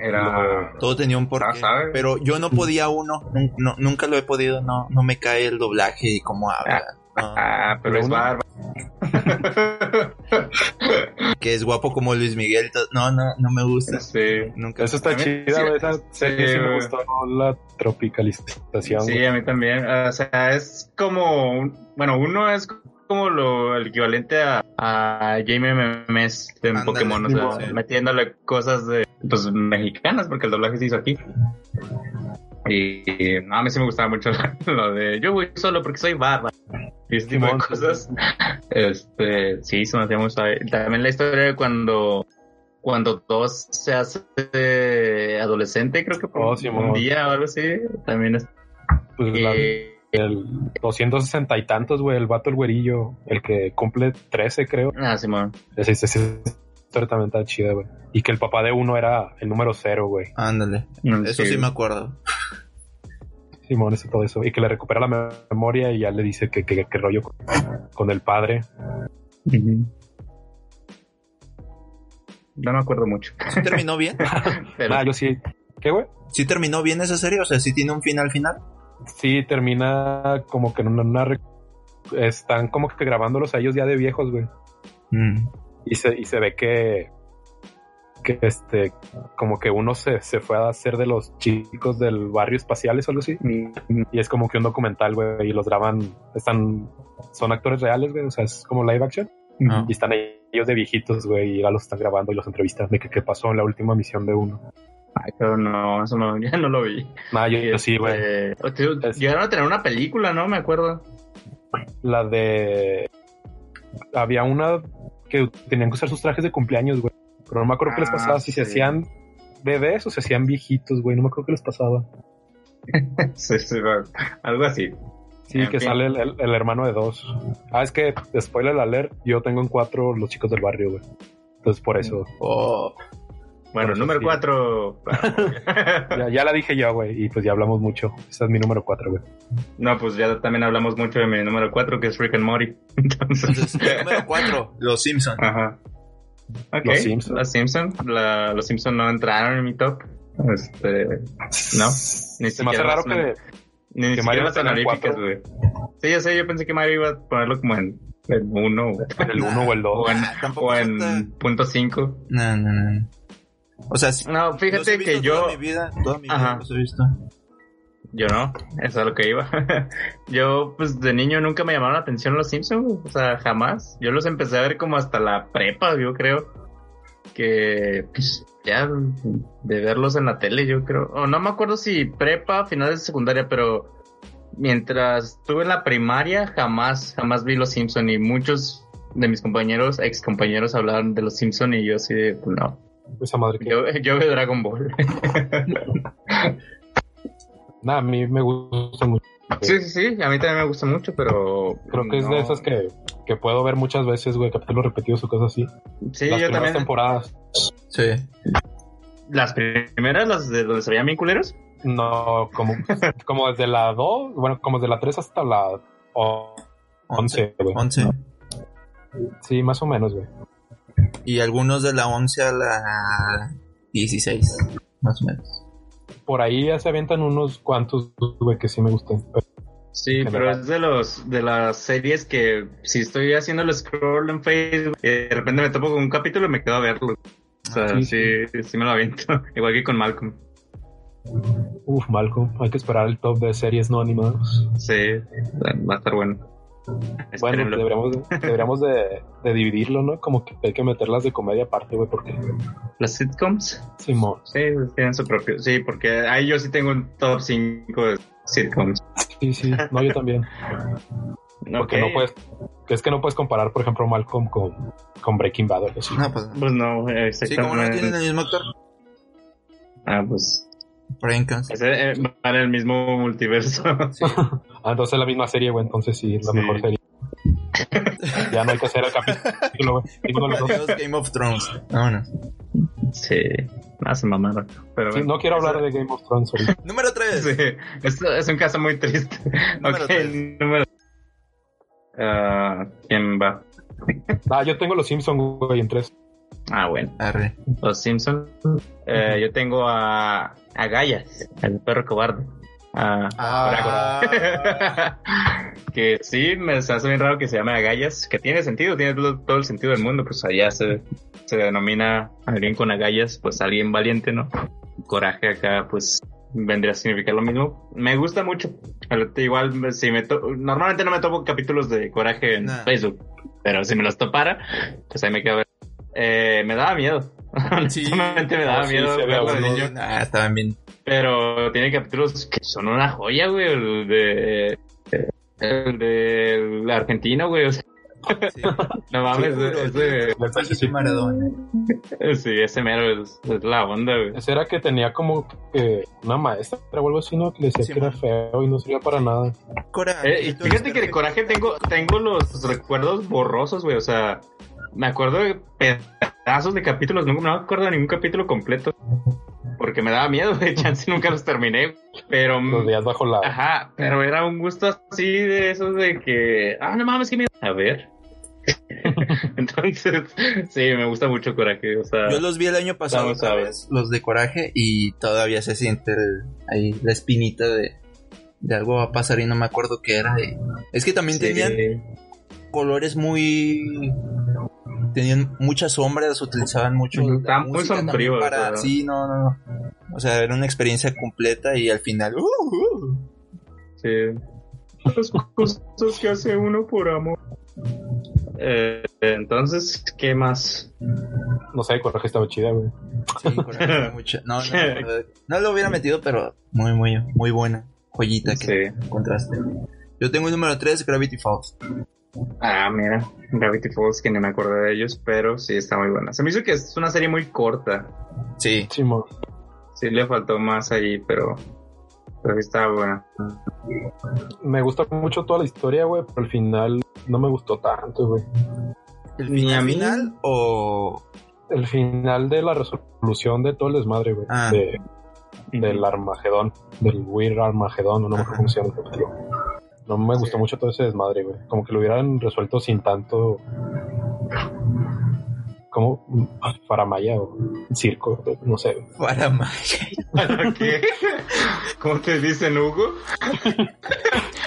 Speaker 5: Era.
Speaker 6: Todo tenía un porqué.
Speaker 5: Ah, ¿sabe?
Speaker 6: Pero yo no podía uno. nun- no- nunca lo he podido. No, no me cae el doblaje y cómo habla. no,
Speaker 5: Ah, pero es
Speaker 4: Uno.
Speaker 5: barba.
Speaker 6: que es guapo como Luis Miguel. to- No, no, no me gusta.
Speaker 5: [LAUGHS] sí.
Speaker 6: Nunca.
Speaker 4: Eso está
Speaker 5: También-
Speaker 4: chida,
Speaker 5: sí,
Speaker 4: güey. Esa serie
Speaker 5: sí,
Speaker 4: sí me
Speaker 5: güey.
Speaker 4: gustó la tropicalización.
Speaker 5: Sí,
Speaker 4: güey.
Speaker 5: a mí también. O sea, es como. un- Bueno, uno es como lo, el equivalente a, a Jamie MMS de
Speaker 6: Ándale,
Speaker 5: Pokémon, o sea,
Speaker 6: sí.
Speaker 5: metiéndole cosas de, pues, mexicanas, porque el doblaje se hizo aquí. Y no, a mí sí me gustaba mucho [LAUGHS] lo de yo voy solo porque soy barba. Y ese tipo de
Speaker 4: Simón.
Speaker 5: cosas. Este, sí, se me hacía muy suave. También la historia de cuando cuando dos se hace eh, adolescente, creo que por
Speaker 4: Oh, Simón.
Speaker 5: un día o algo así, también es
Speaker 4: Pues la-
Speaker 5: que-
Speaker 4: el 260 y tantos, güey, el vato el güerillo, el que cumple 13, creo.
Speaker 5: Ah, Simón.
Speaker 4: Esa esa- esa historia también está chida, güey. Y que el papá de uno era el número cero, güey.
Speaker 6: Ándale.
Speaker 5: Mm,
Speaker 6: Eso sí me acuerdo.
Speaker 4: Simón, eso todo eso. Y que le recupera la me- memoria y ya le dice que, que, que rollo con, con el padre.
Speaker 5: Ujú. No me acuerdo mucho.
Speaker 6: ¿Sí terminó bien?
Speaker 5: Pero
Speaker 4: Ah, yo sí. ¿Qué, güey?
Speaker 6: ¿Sí terminó bien esa serie? O sea, ¿sí tiene un final final?
Speaker 4: Sí, termina como que en una. una re- están como que grabándolos a ellos ya de viejos, güey.
Speaker 6: Mm.
Speaker 4: y se, y se ve que que este como que uno se, se fue a hacer de los chicos del barrio espaciales o algo así
Speaker 5: Mm,
Speaker 4: y es como que un documental güey y los graban están son actores reales güey o sea es como live action
Speaker 5: mm.
Speaker 6: Ah.
Speaker 4: y están ellos de viejitos güey y ya los están grabando y los entrevistan de que qué pasó en la última misión de uno
Speaker 5: Ay, pero no, eso no, ya no lo vi.
Speaker 4: nada yo, yo sí güey
Speaker 5: Eh, o sea, llegaron a tener una película, ¿no? Me acuerdo. [LAUGHS]
Speaker 4: la de había una que tenían que usar sus trajes de cumpleaños güey pero no me acuerdo qué les
Speaker 5: Ah,
Speaker 4: pasaba si se
Speaker 5: sí.
Speaker 4: hacían bebés o se hacían viejitos güey no me acuerdo qué les pasaba
Speaker 5: Sí, sí, va. algo así.
Speaker 4: Sí,
Speaker 5: En
Speaker 4: que
Speaker 5: fin.
Speaker 4: sale el, el- el hermano de dos. Ah, es que, spoiler alert, yo tengo en cuatro los chicos del barrio, güey. Entonces, por eso.
Speaker 5: [LAUGHS]
Speaker 6: Oh,
Speaker 5: Bueno,
Speaker 4: Eso
Speaker 5: número
Speaker 4: sí.
Speaker 5: cuatro.
Speaker 4: Ya, ya la dije yo, güey, y pues ya hablamos mucho. Ese es mi número cuatro, güey.
Speaker 5: no, pues ya también hablamos mucho de mi número cuatro, que es Rick and Morty. [LAUGHS] Entonces,
Speaker 6: entonces,
Speaker 5: [LAUGHS]
Speaker 6: número 4, Los Simpsons.
Speaker 5: Ajá. Ok,
Speaker 4: Los Simpson.
Speaker 5: Los Simpson. La- los Simpson no entraron en mi top. Este, No, ni
Speaker 4: Se me hace
Speaker 5: siquiera
Speaker 4: raro
Speaker 5: las
Speaker 4: que...
Speaker 5: ni
Speaker 4: Que
Speaker 5: siquiera
Speaker 4: Mario
Speaker 5: las
Speaker 4: tenga
Speaker 5: honoríficas,
Speaker 4: cuatro.
Speaker 5: güey. Sí, yo sé, yo pensé que Mario iba a ponerlo como en, en uno güey.
Speaker 4: El uno o el
Speaker 5: o [LAUGHS]
Speaker 4: dos.
Speaker 5: en,
Speaker 6: Ah, tampoco
Speaker 5: o
Speaker 6: es
Speaker 5: en
Speaker 6: tan-
Speaker 5: punto cinco.
Speaker 6: No, no, no. O sea, sí,
Speaker 5: No,
Speaker 6: los he
Speaker 5: fíjate
Speaker 6: visto
Speaker 5: que yo,
Speaker 6: Toda mi vida, toda mi vida
Speaker 5: Ajá.
Speaker 6: los he visto.
Speaker 5: yo no, eso es a lo que iba. [LAUGHS] yo, pues de niño nunca me llamaron la atención los Simpson, güey. o sea, jamás. Yo los empecé a ver como hasta la prepa, yo creo. Que pues, ya de verlos en la tele, yo creo. O no me acuerdo si prepa, finales de secundaria, pero mientras estuve en la primaria, jamás, jamás vi Los Simpson y muchos de mis compañeros, ex compañeros, hablaban de Los Simpson y yo así de, pues, no,
Speaker 4: Esa madre que...
Speaker 5: yo, yo veo Dragon Ball.
Speaker 4: Nada, a mí me gusta mucho.
Speaker 5: sí, sí, sí, a mí también me gusta mucho, pero...
Speaker 4: Creo que es
Speaker 5: no.
Speaker 4: de esas que, que puedo ver muchas veces, güey, capítulos repetidos o cosas así.
Speaker 5: Sí,
Speaker 4: Las
Speaker 5: yo
Speaker 4: primeras
Speaker 5: también...
Speaker 4: temporadas.
Speaker 6: Sí.
Speaker 5: Las primeras, las de donde se veían bien culeros.
Speaker 4: No,
Speaker 5: [LAUGHS]
Speaker 4: como, como desde la dos, bueno, como desde la tres hasta la o- once, güey.
Speaker 6: 11.
Speaker 4: Sí, más o menos, güey.
Speaker 6: Y algunos de la 11 a la 16, más o menos.
Speaker 4: por ahí ya se avientan unos cuantos, güey, que sí me gustan.
Speaker 5: Sí,
Speaker 4: En
Speaker 5: pero
Speaker 4: verdad.
Speaker 5: es de los de las series que si estoy haciendo el scroll en Facebook y de repente me topo con un capítulo y me quedo a verlo. O sea,
Speaker 4: Sí,
Speaker 5: sí, sí, me lo aviento. [LAUGHS] Igual que con Malcolm.
Speaker 4: Uf, Malcolm, hay que esperar el top de series no animadas.
Speaker 5: Sí, va a estar bueno.
Speaker 4: Bueno,
Speaker 5: Espérenlo.
Speaker 4: deberíamos, de, deberíamos de, de dividirlo, ¿no? Como que hay que meterlas de comedia aparte, güey, porque
Speaker 5: Las sitcoms,
Speaker 4: Simón.
Speaker 5: sí, tienen su propio. Sí, porque ahí yo sí tengo un top 5 de sitcoms.
Speaker 4: Sí, sí, no, yo también. Porque
Speaker 5: Ok.
Speaker 4: no puedes, es que no puedes comparar, por ejemplo, Malcolm con, con Breaking Bad o algo así.
Speaker 6: No, pues.
Speaker 5: Pues no,
Speaker 6: Sí, como no tienen
Speaker 5: exactamente.
Speaker 6: el mismo actor.
Speaker 5: ah, pues.
Speaker 6: Brian Cranston.
Speaker 5: Ese, eh, va en el mismo multiverso. [LAUGHS]
Speaker 4: Ah, entonces es la misma serie, güey, entonces sí, es la
Speaker 5: Sí.
Speaker 4: mejor serie. [LAUGHS] ya no hay que hacer el capítulo, güey. Ninguno de los dos.
Speaker 5: [LAUGHS]
Speaker 6: Adiós, Game of Thrones. Vámonos.
Speaker 5: sí. Hace mamada. Pero
Speaker 4: Sí,
Speaker 5: bueno.
Speaker 4: no quiero hablar de Game of Thrones ahorita.
Speaker 6: Número 3.
Speaker 5: Sí, esto [LAUGHS] es un caso muy triste.
Speaker 6: pues, [LAUGHS] Número
Speaker 5: ok,
Speaker 6: tres.
Speaker 5: número. Ah, ¿Quién va?
Speaker 4: Ah, yo tengo los Simpsons, güey, en tres.
Speaker 5: Ah, bueno,
Speaker 6: Arre.
Speaker 5: los Simpson. Eh, Yo tengo a, a Gallas, el perro cobarde. Ah, [LAUGHS] que sí, me se hace bien raro que se llame agallas, que tiene sentido, tiene todo, todo el sentido del mundo, pues allá se, se denomina alguien con agallas, pues alguien valiente, ¿no? Coraje acá, pues vendría a significar lo mismo. Me gusta mucho, al- igual si me to- normalmente no me topo capítulos de coraje en
Speaker 6: Nah.
Speaker 5: Facebook, pero si me los topara, pues ahí me queda ver. Eh, me daba miedo. [LAUGHS]
Speaker 6: Sí.
Speaker 5: Honestamente me daba
Speaker 4: Sí,
Speaker 5: miedo
Speaker 4: se ve
Speaker 5: verlo de
Speaker 4: bueno.
Speaker 5: niño.
Speaker 6: Ah, estaban bien.
Speaker 5: Pero tiene capítulos que son una joya, güey. El de. El del argentino, güey. O sea,
Speaker 6: Sí.
Speaker 5: no mames,
Speaker 6: Seguro,
Speaker 5: ese, ese-
Speaker 4: Neta, sí, sí.
Speaker 6: Diego Maradona.
Speaker 5: sí, ese mero es, es la onda, güey.
Speaker 4: Ese era que tenía como que una maestra o algo así, ¿no? Que le decía
Speaker 6: Sí,
Speaker 4: que era
Speaker 6: man.
Speaker 4: feo y no servía para nada.
Speaker 6: Coraje.
Speaker 5: Eh, y fíjate que de coraje tengo, tengo los recuerdos borrosos, güey. O sea, me acuerdo de pedazos de capítulos. No, no me acuerdo de ningún capítulo completo. Porque me daba miedo, [LAUGHS] güey. Chance nunca los terminé. Pero
Speaker 4: Los días bajo la...
Speaker 5: Mm. Ajá, pero era un gusto así de esos de que, ah, no mames, que me... A ver. Entonces, sí, me gusta mucho Coraje, o sea,
Speaker 6: Yo los vi el año pasado,
Speaker 5: Vamos a ver.
Speaker 6: ¿sabes? Los de coraje y todavía se siente el- ahí la espinita de, de algo va a pasar y no me acuerdo qué era. y- Es que también
Speaker 5: sí,
Speaker 6: tenían colores muy... Tenían muchas sombras, utilizaban mucho...
Speaker 5: Ujú,
Speaker 6: la
Speaker 5: estaban muy
Speaker 6: música también
Speaker 5: sombríos,
Speaker 6: para-
Speaker 5: ¿verdad?
Speaker 6: Sí, no, no, no. O sea, era una experiencia completa y al final... ¡uh, uh!
Speaker 5: sí. Las cosas que hace uno por amor. Eh, entonces, ¿qué más?
Speaker 4: No sé, coraje estaba chida, güey.
Speaker 6: Sí, coraje, era mucho- No, no, me acuerdo. no lo hubiera metido, pero muy, muy, muy buena. Joyita que
Speaker 5: Sí.
Speaker 6: encontraste. Yo tengo el número 3, Gravity Falls.
Speaker 5: Ah, mira, Gravity Falls, que no me acuerdo de ellos, pero sí está muy buena. Se me hizo que es una serie muy corta,
Speaker 6: Sí.
Speaker 4: Simón.
Speaker 5: sí le faltó más ahí, pero, pero sí estaba buena.
Speaker 4: Me gusta mucho toda la historia, güey, pero al final no me gustó tanto, güey.
Speaker 6: ¿El
Speaker 5: Ni a
Speaker 6: final,
Speaker 5: mí.
Speaker 6: final o...?
Speaker 4: El final de la resolución de todo el desmadre, güey.
Speaker 6: Ah.
Speaker 4: De- del Armagedón, del Weird Armagedón, no me acuerdo cómo se llama el capítulo. No me gustó mucho todo ese desmadre, güey. Como que lo hubieran resuelto sin tanto. Como faramaya o circo, no sé.
Speaker 6: Para Maya.
Speaker 5: ¿Para qué? ¿Cómo te dicen, Hugo?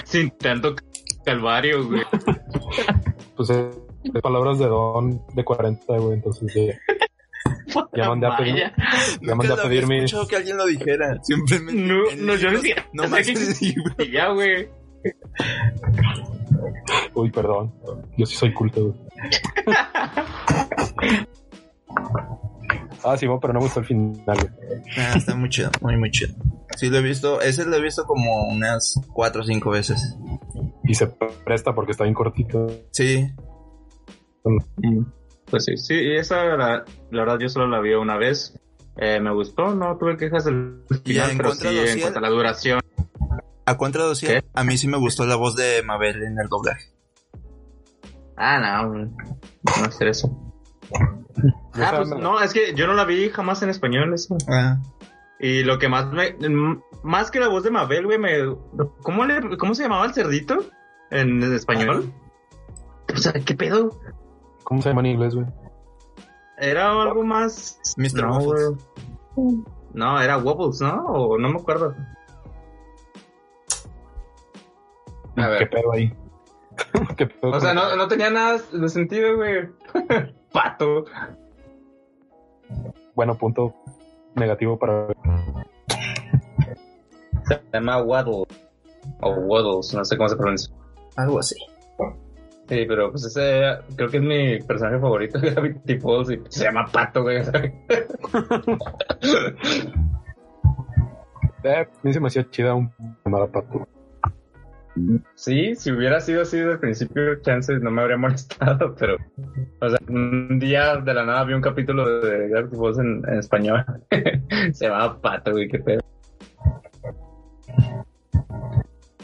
Speaker 5: Sin tanto calvario, güey.
Speaker 4: Pues eh, palabras de don de 40, güey. Entonces, sí. Ya mandé a pedir-
Speaker 5: Vaya.
Speaker 4: ya mandé a
Speaker 6: lo había
Speaker 4: pedir mis-
Speaker 6: escuchado que alguien lo dijera. Simplemente.
Speaker 5: No,
Speaker 6: en
Speaker 5: no, yo no
Speaker 6: libros,
Speaker 5: sé.
Speaker 6: No más en [LAUGHS] libros.
Speaker 5: Y ya, güey.
Speaker 4: Uy, perdón. Yo sí soy culto, güey. ah, sí, bueno, pero no me gustó el final, güey.
Speaker 6: Ah, está muy chido, muy, muy chido. Sí, lo he visto. Ese lo he visto como unas cuatro o cinco veces.
Speaker 4: Y se presta porque está bien cortito.
Speaker 6: Sí.
Speaker 5: Pues sí, sí, esa, la, la verdad, yo solo la vi una vez. Eh, me gustó, no tuve quejas del final,
Speaker 6: en
Speaker 5: pero
Speaker 6: contra
Speaker 5: sí,
Speaker 6: de
Speaker 5: en
Speaker 6: Ociel.
Speaker 5: cuanto a la duración.
Speaker 6: A contra de Ociel,
Speaker 5: ¿Qué?
Speaker 6: a mí sí me gustó la voz de Mabel en el doblaje.
Speaker 5: Ah, no, güey. no hacer eso. Ah,
Speaker 4: Esa
Speaker 5: pues
Speaker 4: me la-
Speaker 5: no, es que yo no la vi jamás en español, eso.
Speaker 6: Ah,
Speaker 5: Y lo que más me. m- Más que la voz de Mabel, güey, me. ¿Cómo, le, ¿Cómo se llamaba el cerdito? En español. O sea, ¿qué pedo?
Speaker 4: ¿Cómo se llama en inglés, güey?
Speaker 5: Era algo más.
Speaker 6: Mr.
Speaker 5: No,
Speaker 6: Waffles.
Speaker 5: güey. No, era Wobbles, ¿no? O no me acuerdo. A
Speaker 4: ¿Qué
Speaker 5: ver.
Speaker 4: pedo ahí? [LAUGHS] ¿Qué pedo
Speaker 5: O sea,
Speaker 4: con-
Speaker 5: no, no tenía nada de sentido, güey. [LAUGHS] Pato.
Speaker 4: Bueno, punto negativo para
Speaker 5: Se llama Waddle. O Waddles, no sé cómo se pronuncia.
Speaker 6: algo así.
Speaker 5: Sí, pero pues ese creo que es mi personaje favorito [LAUGHS] de Gravity Falls y se llama Pato, güey.
Speaker 4: Eh, a mí se me hacía chida un llamada pato.
Speaker 5: Sí, si hubiera sido así desde el principio, chances no me habría [LAUGHS] molestado, pero, o sea, un día de la nada vi un capítulo de Dark Voz en, en español. [LAUGHS] Se va pato, güey, qué pedo.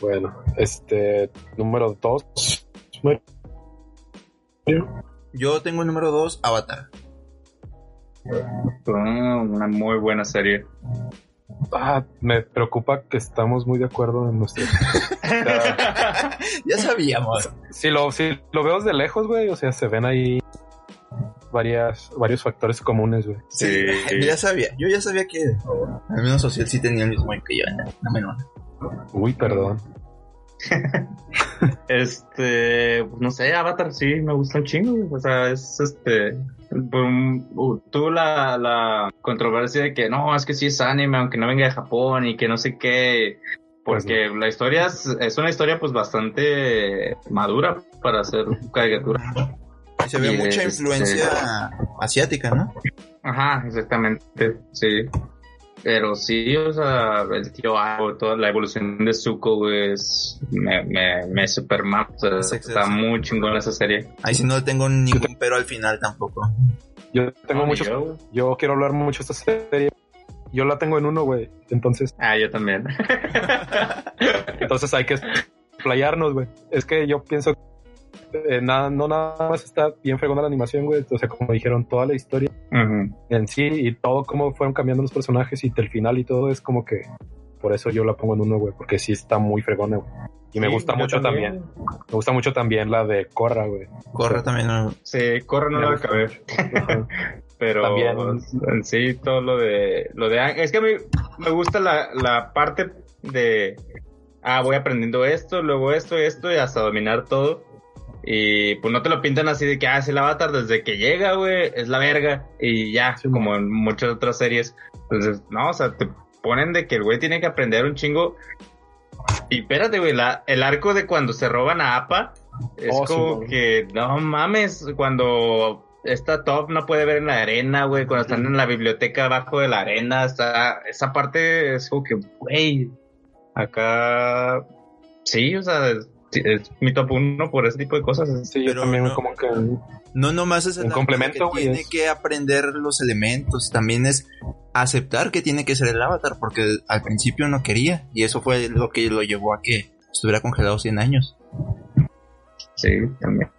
Speaker 4: Bueno, este número dos. Mario.
Speaker 6: Yo tengo el número 2, Avatar.
Speaker 5: Ah, una muy buena serie.
Speaker 4: Ah, me preocupa que estamos muy de acuerdo en nuestro. O sea,
Speaker 6: Ya
Speaker 5: [LAUGHS]
Speaker 6: sabíamos.
Speaker 4: [LAUGHS] si lo, si lo veo de lejos, güey, o sea, se ven ahí varias, varios factores comunes, güey.
Speaker 5: Sí.
Speaker 6: Yo ya sabía, yo ya sabía que al menos social sí tenía el mismo año que yo, no, no me enojo.
Speaker 4: Uy, perdón.
Speaker 5: Este, pues, no sé, Avatar sí me gusta un chingo, güey. o sea, es este, boom, uh, tuvo la, la controversia de que no, es que sí es anime, aunque no venga de Japón y que no sé qué, porque la historia es, es una historia pues bastante madura para hacer caricatura.
Speaker 6: Y se ve
Speaker 5: Y este,
Speaker 6: mucha
Speaker 5: es-
Speaker 6: influencia asiática, ¿no?
Speaker 5: Ajá, exactamente, sí. Pero sí, o sea, el tío Aho, toda la evolución de Zuko, güey, es, me, me, me supermama, o sea,
Speaker 6: Sí, sí,
Speaker 5: está
Speaker 6: sí.
Speaker 5: muy chingón esa serie.
Speaker 6: Ahí sí no tengo ningún pero al final tampoco.
Speaker 4: Yo tengo
Speaker 5: No, ni
Speaker 4: muchos.
Speaker 5: Ah, yo, güey.
Speaker 4: Yo quiero hablar mucho de esta serie. Yo la tengo en uno, güey. Entonces,
Speaker 5: Ah, yo también.
Speaker 4: entonces hay que playarnos, güey. Es que yo pienso que eh, nada, no nada más está bien fregona la animación, güey. O sea, como dijeron, toda la historia
Speaker 5: Ujú.
Speaker 4: en sí y todo cómo fueron cambiando los personajes y el final y todo es como que por eso yo la pongo en uno, güey, porque sí está muy fregona, güey. Y me
Speaker 5: Sí,
Speaker 4: gusta
Speaker 5: yo
Speaker 4: mucho también. Me gusta mucho también la de Corra, güey.
Speaker 6: Corra también. ¿no?
Speaker 5: Sí, corre no
Speaker 4: Me
Speaker 5: lo
Speaker 4: gusta.
Speaker 5: acabé,
Speaker 4: Ajá.
Speaker 5: [LAUGHS] pero
Speaker 4: También.
Speaker 5: en sí todo lo de lo de Ang- es que a mí me gusta la, la parte de ah, voy aprendiendo esto, luego esto, esto y hasta dominar todo. Y pues no te lo pintan así de que ah, es el avatar desde que llega, güey, es la verga y ya,
Speaker 4: Sí,
Speaker 5: como en muchas otras series. Entonces, no, o sea, te ponen de que el güey tiene que aprender un chingo. Y espérate, güey, la- el arco de cuando se roban a APA es
Speaker 4: Oh, sí,
Speaker 5: como
Speaker 4: güey.
Speaker 5: que, no mames, cuando esta top no puede ver en la arena, güey, cuando están en la biblioteca abajo de la arena, está, esa parte es como que, güey, acá, sí, o sea, es, es mi top uno por ese tipo de cosas.
Speaker 4: Sí, yo
Speaker 6: Pero
Speaker 4: también
Speaker 6: no-
Speaker 4: como que
Speaker 6: No nomás es el
Speaker 4: Un complemento,
Speaker 6: que
Speaker 4: güey,
Speaker 6: tiene
Speaker 4: es-
Speaker 6: que aprender los elementos, también es aceptar que tiene que ser el avatar, porque al principio no quería, y eso fue lo que lo llevó a que estuviera congelado 100 años.
Speaker 5: Sí, también.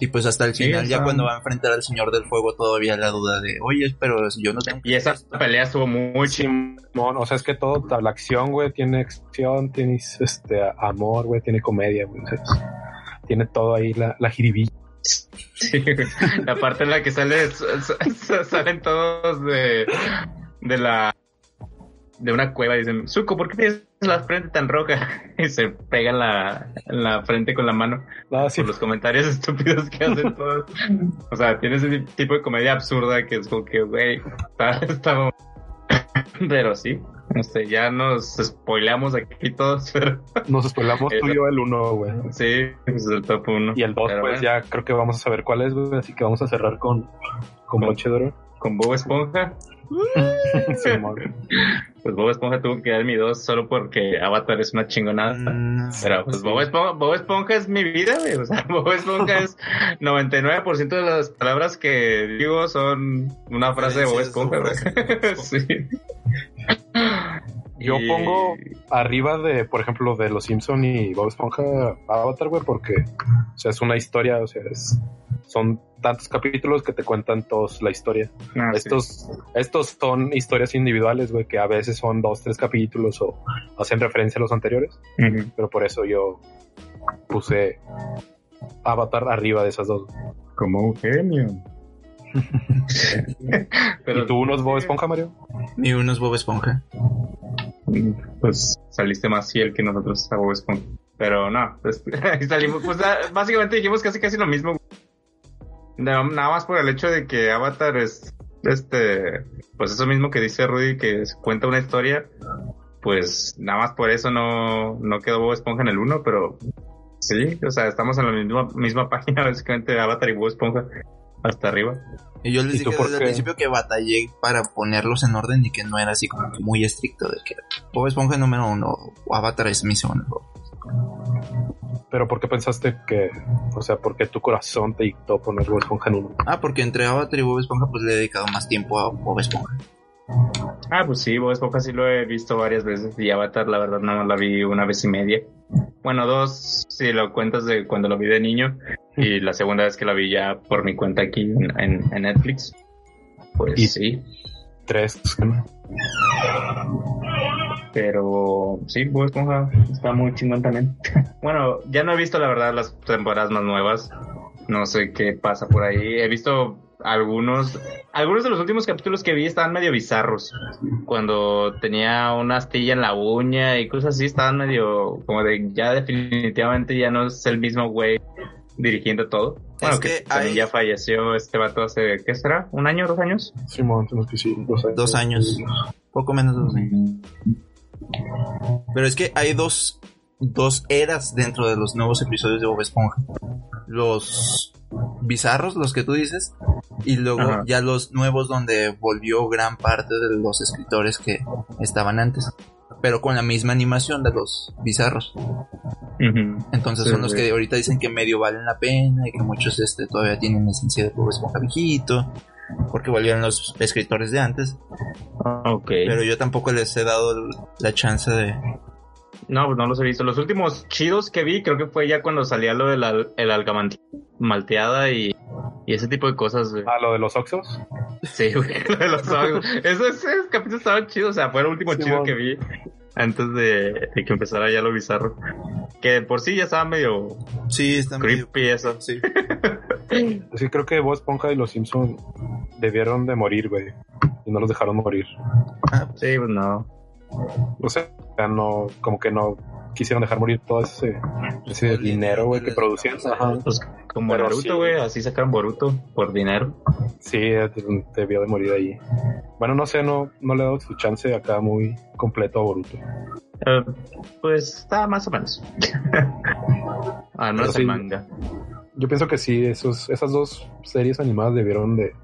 Speaker 6: Y pues hasta el
Speaker 5: Sí,
Speaker 6: final,
Speaker 5: o
Speaker 6: ya
Speaker 5: sea-
Speaker 6: cuando va a enfrentar al Señor del Fuego, todavía la duda de, oye, pero si yo no tengo...
Speaker 5: Y esa pelea estuvo muy chingona.
Speaker 4: Simón, o sea, es que todo, la acción, güey, tiene acción, tienes este amor, güey, tiene comedia, güey. o sea, tiene todo ahí la, la jiribilla.
Speaker 5: Sí, güey. [LAUGHS] la parte en la que sale, sa- sa- salen todos de, de la de una cueva y dicen, Suco, ¿por qué tienes la frente tan roja? [LAUGHS] Y se pega en la, en la frente con la mano
Speaker 4: No, sí,
Speaker 5: por [LAUGHS] los comentarios estúpidos que hacen todos. O sea, tiene ese tipo de comedia absurda que es como que, güey, está, está- [LAUGHS] Pero sí, este, ya nos spoileamos aquí todos, [LAUGHS] pero
Speaker 4: nos spoilamos tú y yo el uno, güey.
Speaker 5: sí, pues el top uno.
Speaker 4: Y el dos,
Speaker 5: Pero
Speaker 4: pues
Speaker 5: bueno,
Speaker 4: ya creo que vamos a saber cuál es, güey, así que vamos a cerrar con, con broche de
Speaker 5: [LAUGHS]
Speaker 4: oro.
Speaker 5: Con Bob Esponja.
Speaker 4: Simón.
Speaker 5: Pues Bob Esponja tuvo que dar mi 2 solo porque Avatar es una chingonada.
Speaker 6: Mm,
Speaker 5: Pero pues Bob Esponja, Bob Esponja es mi vida, güey. O sea, [LAUGHS] Bob Esponja es 99% de las palabras que digo son una frase de Bob Esponja, güey. [LAUGHS] sí.
Speaker 4: Yo
Speaker 5: Y-
Speaker 4: pongo arriba de, por ejemplo, de Los Simpson y Bob Esponja Avatar, güey, porque o sea, es una historia, o sea, es, son tantos capítulos que te cuentan todos la historia.
Speaker 5: Ah, sí.
Speaker 4: Estos, estos son historias individuales, güey, que a veces son dos, tres capítulos o hacen referencia a los anteriores,
Speaker 5: Ujú.
Speaker 4: pero por eso yo puse Avatar arriba de esas dos.
Speaker 5: Como un genio. [LAUGHS] Pero
Speaker 4: ¿Y tú unos Bob Esponja, Mario?
Speaker 6: Mi uno es Bob Esponja.
Speaker 5: pues saliste más fiel que nosotros a Bob Esponja. Pero no, pues [LAUGHS] ahí salimos. Pues ah, básicamente dijimos casi casi lo mismo. Na- Nada más por el hecho de que Avatar es este, pues eso mismo que dice Rudy, que es- cuenta una historia. Pues nada más por eso no, no quedó Bob Esponja en el 1, pero sí, o sea, estamos en la misma, misma [LAUGHS] página, básicamente Avatar y Bob Esponja hasta arriba.
Speaker 6: Y yo les
Speaker 4: ¿Y
Speaker 6: dije
Speaker 4: tú por
Speaker 6: desde el
Speaker 4: qué?
Speaker 6: principio que batallé para ponerlos en orden y que no era así como que muy estricto de que Bob Esponja número uno, o Avatar es mi segundo.
Speaker 4: Pero ¿por qué pensaste que, o sea, por qué tu corazón te dictó poner Bob Esponja en uno?
Speaker 6: Ah, porque entre Avatar y Bob Esponja, pues le he dedicado más tiempo a Bob Esponja.
Speaker 5: Ah, pues sí, Bob Esponja sí lo he visto varias veces y Avatar la verdad no la vi una vez y media. Bueno, dos si lo cuentas de cuando lo vi de niño y la segunda vez que la vi ya por mi cuenta aquí en, en- en Netflix. Pues
Speaker 4: Y-
Speaker 5: sí,
Speaker 4: Tres.
Speaker 5: pero sí, Bob Esponja está muy chingón también. [LAUGHS] bueno, ya no he visto la verdad las temporadas más nuevas. No sé qué pasa por ahí. He visto algunos, algunos de los últimos capítulos que vi estaban medio bizarros. cuando tenía una astilla en la uña y cosas así, estaban medio como de ya definitivamente ya no es el mismo güey dirigiendo todo. Bueno, que,
Speaker 6: que
Speaker 5: también
Speaker 6: ahí-
Speaker 5: ya falleció este vato hace, ¿qué será? ¿Un año, dos años?
Speaker 4: Simón, tenemos que sí, dos años.
Speaker 6: Dos años. Poco menos de dos años. Pero es que hay dos, dos eras dentro de los nuevos episodios de Bob Esponja. Los bizarros, los que tú dices, y luego
Speaker 5: Ajá.
Speaker 6: ya los nuevos donde volvió gran parte de los escritores que estaban antes. Pero con la misma animación de los bizarros. Entonces
Speaker 5: Sí,
Speaker 6: son los
Speaker 5: güey.
Speaker 6: que ahorita dicen que medio valen la pena y que muchos este, todavía tienen esencia de Bob Esponja viejito. Porque volvieron los escritores de antes.
Speaker 5: Ok.
Speaker 6: Pero yo tampoco les he dado l- la chance de.
Speaker 5: No, pues no los he visto. Los últimos chidos que vi creo que fue ya cuando salía lo del al- el algaman- malteada y, y ese tipo de cosas, güey.
Speaker 4: Ah, lo de los Oxos.
Speaker 5: Sí, güey, [LAUGHS] lo de los ojos. Eso, ese capítulo estaba chido, o sea, fue el último
Speaker 4: Sí,
Speaker 5: chido
Speaker 4: mon.
Speaker 5: que vi antes de, de que empezara ya lo bizarro. Que de por sí ya estaba medio
Speaker 6: Sí, está medio-
Speaker 5: creepy eso.
Speaker 6: Sí.
Speaker 4: Sí, creo que Bob Esponja y los Simpson debieron de morir, güey. Y no los dejaron morir.
Speaker 5: Sí, pues no.
Speaker 4: O sea, no, como que no quisieron dejar morir todo ese, ese
Speaker 6: El
Speaker 4: dinero, güey, que
Speaker 6: les
Speaker 4: producían.
Speaker 6: dejamos
Speaker 4: Ajá.
Speaker 5: Pues como
Speaker 4: Pero sí.
Speaker 5: Naruto, güey, así sacaron Boruto por dinero.
Speaker 4: Sí, eh, debió de morir ahí. Bueno, no sé, no, no le he dado su chance acá muy completo a Boruto.
Speaker 5: Eh, pues está más o menos. [LAUGHS] Al menos
Speaker 4: sí.
Speaker 5: el manga.
Speaker 4: Yo pienso que sí, esos, esas dos series animadas debieron de,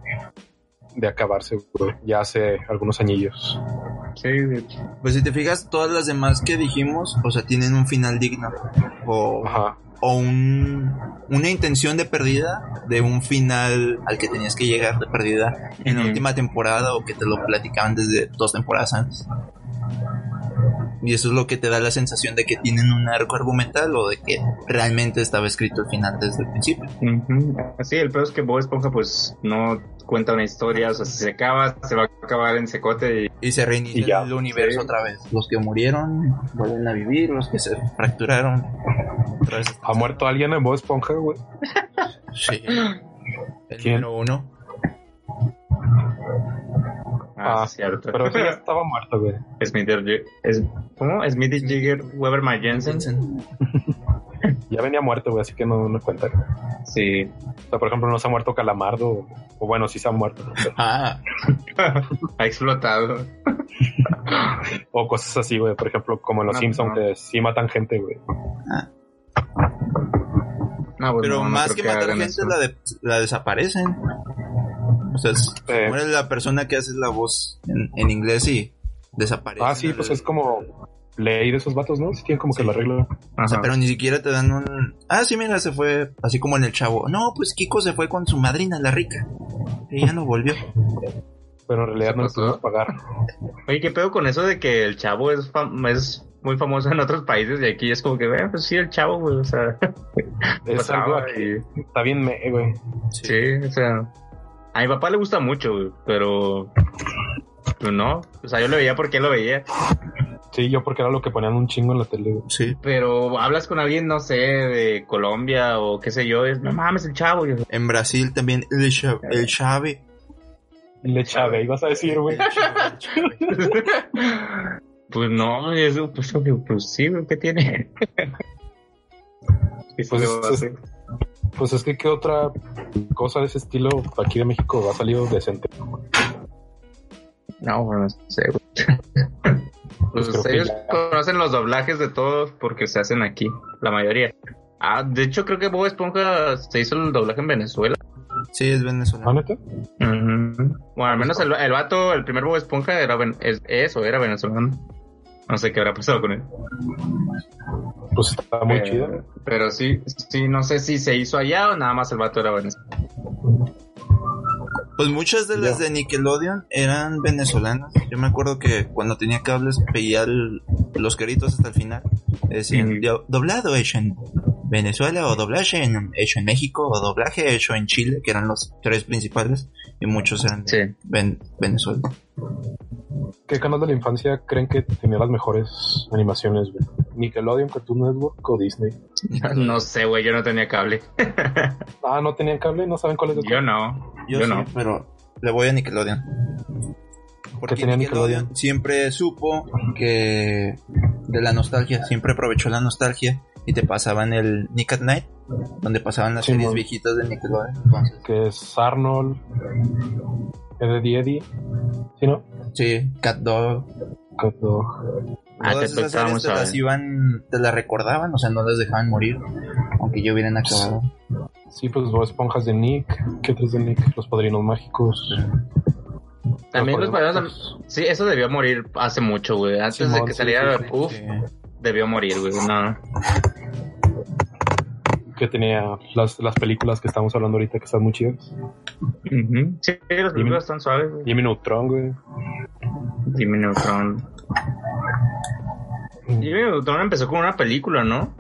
Speaker 4: de acabarse, güey, ya hace algunos añillos.
Speaker 5: Sí, de hecho.
Speaker 6: Pues si te fijas, todas las demás que dijimos, o sea, tienen un final digno. O,
Speaker 4: Ajá.
Speaker 6: o un, una intención de pérdida de un final al que tenías que llegar de pérdida en la
Speaker 5: Ujú.
Speaker 6: última temporada o que te lo platicaban desde dos temporadas antes. Y eso es lo que te da la sensación de que tienen un arco argumental o de que realmente estaba escrito el final desde el principio.
Speaker 5: Ujú. Sí, el peor es que Bob Esponja pues no cuenta una historia, o sea, si se acaba, se va a acabar en secote y
Speaker 6: Y se reinicia
Speaker 4: Y ya.
Speaker 6: el universo
Speaker 5: Sí.
Speaker 6: otra vez. Los que murieron vuelven a vivir, los que se fracturaron. Otra vez.
Speaker 4: ¿Ha muerto alguien en Bob Esponja, güey?
Speaker 6: Sí. El
Speaker 4: ¿Quién?
Speaker 6: número uno.
Speaker 5: Ah,
Speaker 4: Ah,
Speaker 5: sí, cierto.
Speaker 4: Pero ese ya estaba muerto, güey.
Speaker 5: Smither, J- [LAUGHS] es, ¿Cómo? Smithy Jigger Weber Jensen.
Speaker 6: Jensen.
Speaker 4: Ya venía muerto, güey, así que no, no cuenta. O
Speaker 5: Sí. [LAUGHS]
Speaker 4: sea, por ejemplo, no se ha muerto Calamardo, o, o bueno, sí se ha muerto, pero-
Speaker 6: Ah,
Speaker 5: ha explotado.
Speaker 4: o cosas así, güey. Por ejemplo, como en Los
Speaker 5: No,
Speaker 4: Simpsons,
Speaker 5: no.
Speaker 4: que sí matan gente, güey.
Speaker 5: No, pues
Speaker 6: pero
Speaker 5: no, no
Speaker 6: más
Speaker 5: creo
Speaker 6: que matar
Speaker 5: hagan
Speaker 6: gente,
Speaker 5: eso.
Speaker 6: la, de- la desaparecen. O sea, es-
Speaker 4: Eh,
Speaker 6: muere la persona que hace la voz en, en inglés y desaparece.
Speaker 4: ah, sí, pues es como ley de esos vatos, ¿no? Sí, tienen como que la regla.
Speaker 5: Ajá.
Speaker 6: O sea, pero ni siquiera te dan un. Ah, sí, mira, se fue. Así como en el chavo. No, pues Kiko se fue con su madrina, la rica. Ella no volvió.
Speaker 4: Pero en realidad
Speaker 5: ¿Se
Speaker 4: no les
Speaker 5: pasó?
Speaker 4: podemos pagar.
Speaker 5: Oye, ¿qué pedo con eso de que el chavo es, fam- es muy famoso en otros países y aquí es como que, eh, pues sí, el chavo, güey, o sea, [LAUGHS]
Speaker 4: Es algo
Speaker 5: pasaba
Speaker 4: aquí.
Speaker 5: y-
Speaker 4: Está bien, me, güey.
Speaker 5: Sí, o sea, a mi papá le gusta mucho, güey, pero... pero no, o sea, yo lo veía porque lo veía,
Speaker 4: Sí, yo porque era lo que ponían un chingo en la tele, güey.
Speaker 6: Sí.
Speaker 5: pero hablas con alguien, no sé, de Colombia o qué sé yo, es, no mames, el chavo, y yo, [LAUGHS]
Speaker 6: En Brasil también el Cha- el Chave.
Speaker 4: Le chave, ibas a decir, güey.
Speaker 5: Pues no, es pues, obvio, pues sí, güey, ¿qué tiene? [LAUGHS] Y se
Speaker 4: Pues,
Speaker 5: lo hace.
Speaker 4: Pues es que, ¿qué otra cosa de ese estilo aquí de México ha salido decente?
Speaker 5: No, bueno, no sé, güey.
Speaker 4: [LAUGHS]
Speaker 5: Pues
Speaker 4: creo que
Speaker 5: ellos
Speaker 4: ya.
Speaker 5: conocen los doblajes de todos porque se hacen aquí, la mayoría. Ah, de hecho creo que Bob Esponja se hizo el doblaje en Venezuela.
Speaker 6: Sí, es
Speaker 4: ¿No,
Speaker 6: venezolano.
Speaker 4: neta?
Speaker 5: Pues Ujú. Bueno, al menos el, el vato, el primer Bob Esponja era ven- es, eso, era venezolano. No sé qué habrá pasado con él.
Speaker 4: Pues está muy
Speaker 5: Eh,
Speaker 4: chido.
Speaker 5: Pero sí, sí, no sé si se hizo allá o nada más el vato era venezolano.
Speaker 6: Pues muchas de las de Nickelodeon eran venezolanas. Yo me acuerdo que cuando tenía cables veía el- los caritos hasta el final. Decían,
Speaker 5: Ujú.
Speaker 6: "Do- doblado hecho en Venezuela o doblaje en, hecho en México o doblaje hecho en Chile, que eran los tres principales. Y muchos eran de
Speaker 5: Sí.
Speaker 6: Ven- Venezuela.
Speaker 4: ¿Qué canal de la infancia creen que tenía las mejores animaciones? güey? ¿Nickelodeon, Cartoon Network o Disney?
Speaker 5: [LAUGHS] No sé, güey, yo no tenía cable.
Speaker 4: Ah, no tenían cable, no saben cuál es el
Speaker 5: Yo no.
Speaker 6: Yo,
Speaker 5: Yo,
Speaker 6: sí,
Speaker 5: no.
Speaker 6: pero le voy a Nickelodeon. Porque
Speaker 4: tenía
Speaker 6: Nickelodeon,
Speaker 4: Nickelodeon?
Speaker 6: siempre supo que de la nostalgia, siempre aprovechó la nostalgia y te pasaban el Nick at Night, donde pasaban las
Speaker 4: Sí,
Speaker 6: series
Speaker 4: mon.
Speaker 6: viejitas de Nickelodeon. Entonces,
Speaker 4: que es Arnold, Eddie Eddie, ¿sí no?
Speaker 6: sí, Cat Dog.
Speaker 4: Cat Dog.
Speaker 5: Ah, te
Speaker 6: todas esas
Speaker 5: tocaba
Speaker 6: series
Speaker 5: mucho,
Speaker 6: te las
Speaker 5: eh.
Speaker 6: iban, te las recordaban, o sea, no las dejaban morir, aunque ya hubieran acabado.
Speaker 4: Sí, pues Bob Esponjas de Nick, ¿qué otros de Nick? Los Padrinos Mágicos.
Speaker 5: También los
Speaker 4: Padrinos
Speaker 5: padrinos. Sí, eso debió morir hace mucho, güey. Antes de
Speaker 4: Simón,
Speaker 5: que
Speaker 4: sí,
Speaker 5: saliera,
Speaker 4: sí, sí,
Speaker 5: uff,
Speaker 6: Sí.
Speaker 5: debió morir, güey. No.
Speaker 4: Que tenía las, las películas que estamos hablando ahorita que están muy chidas.
Speaker 5: Ujú. Sí, los libros están suaves, güey.
Speaker 4: Jimmy Neutron, güey.
Speaker 5: Jimmy Neutron. Jimmy Neutron empezó con una película, ¿no?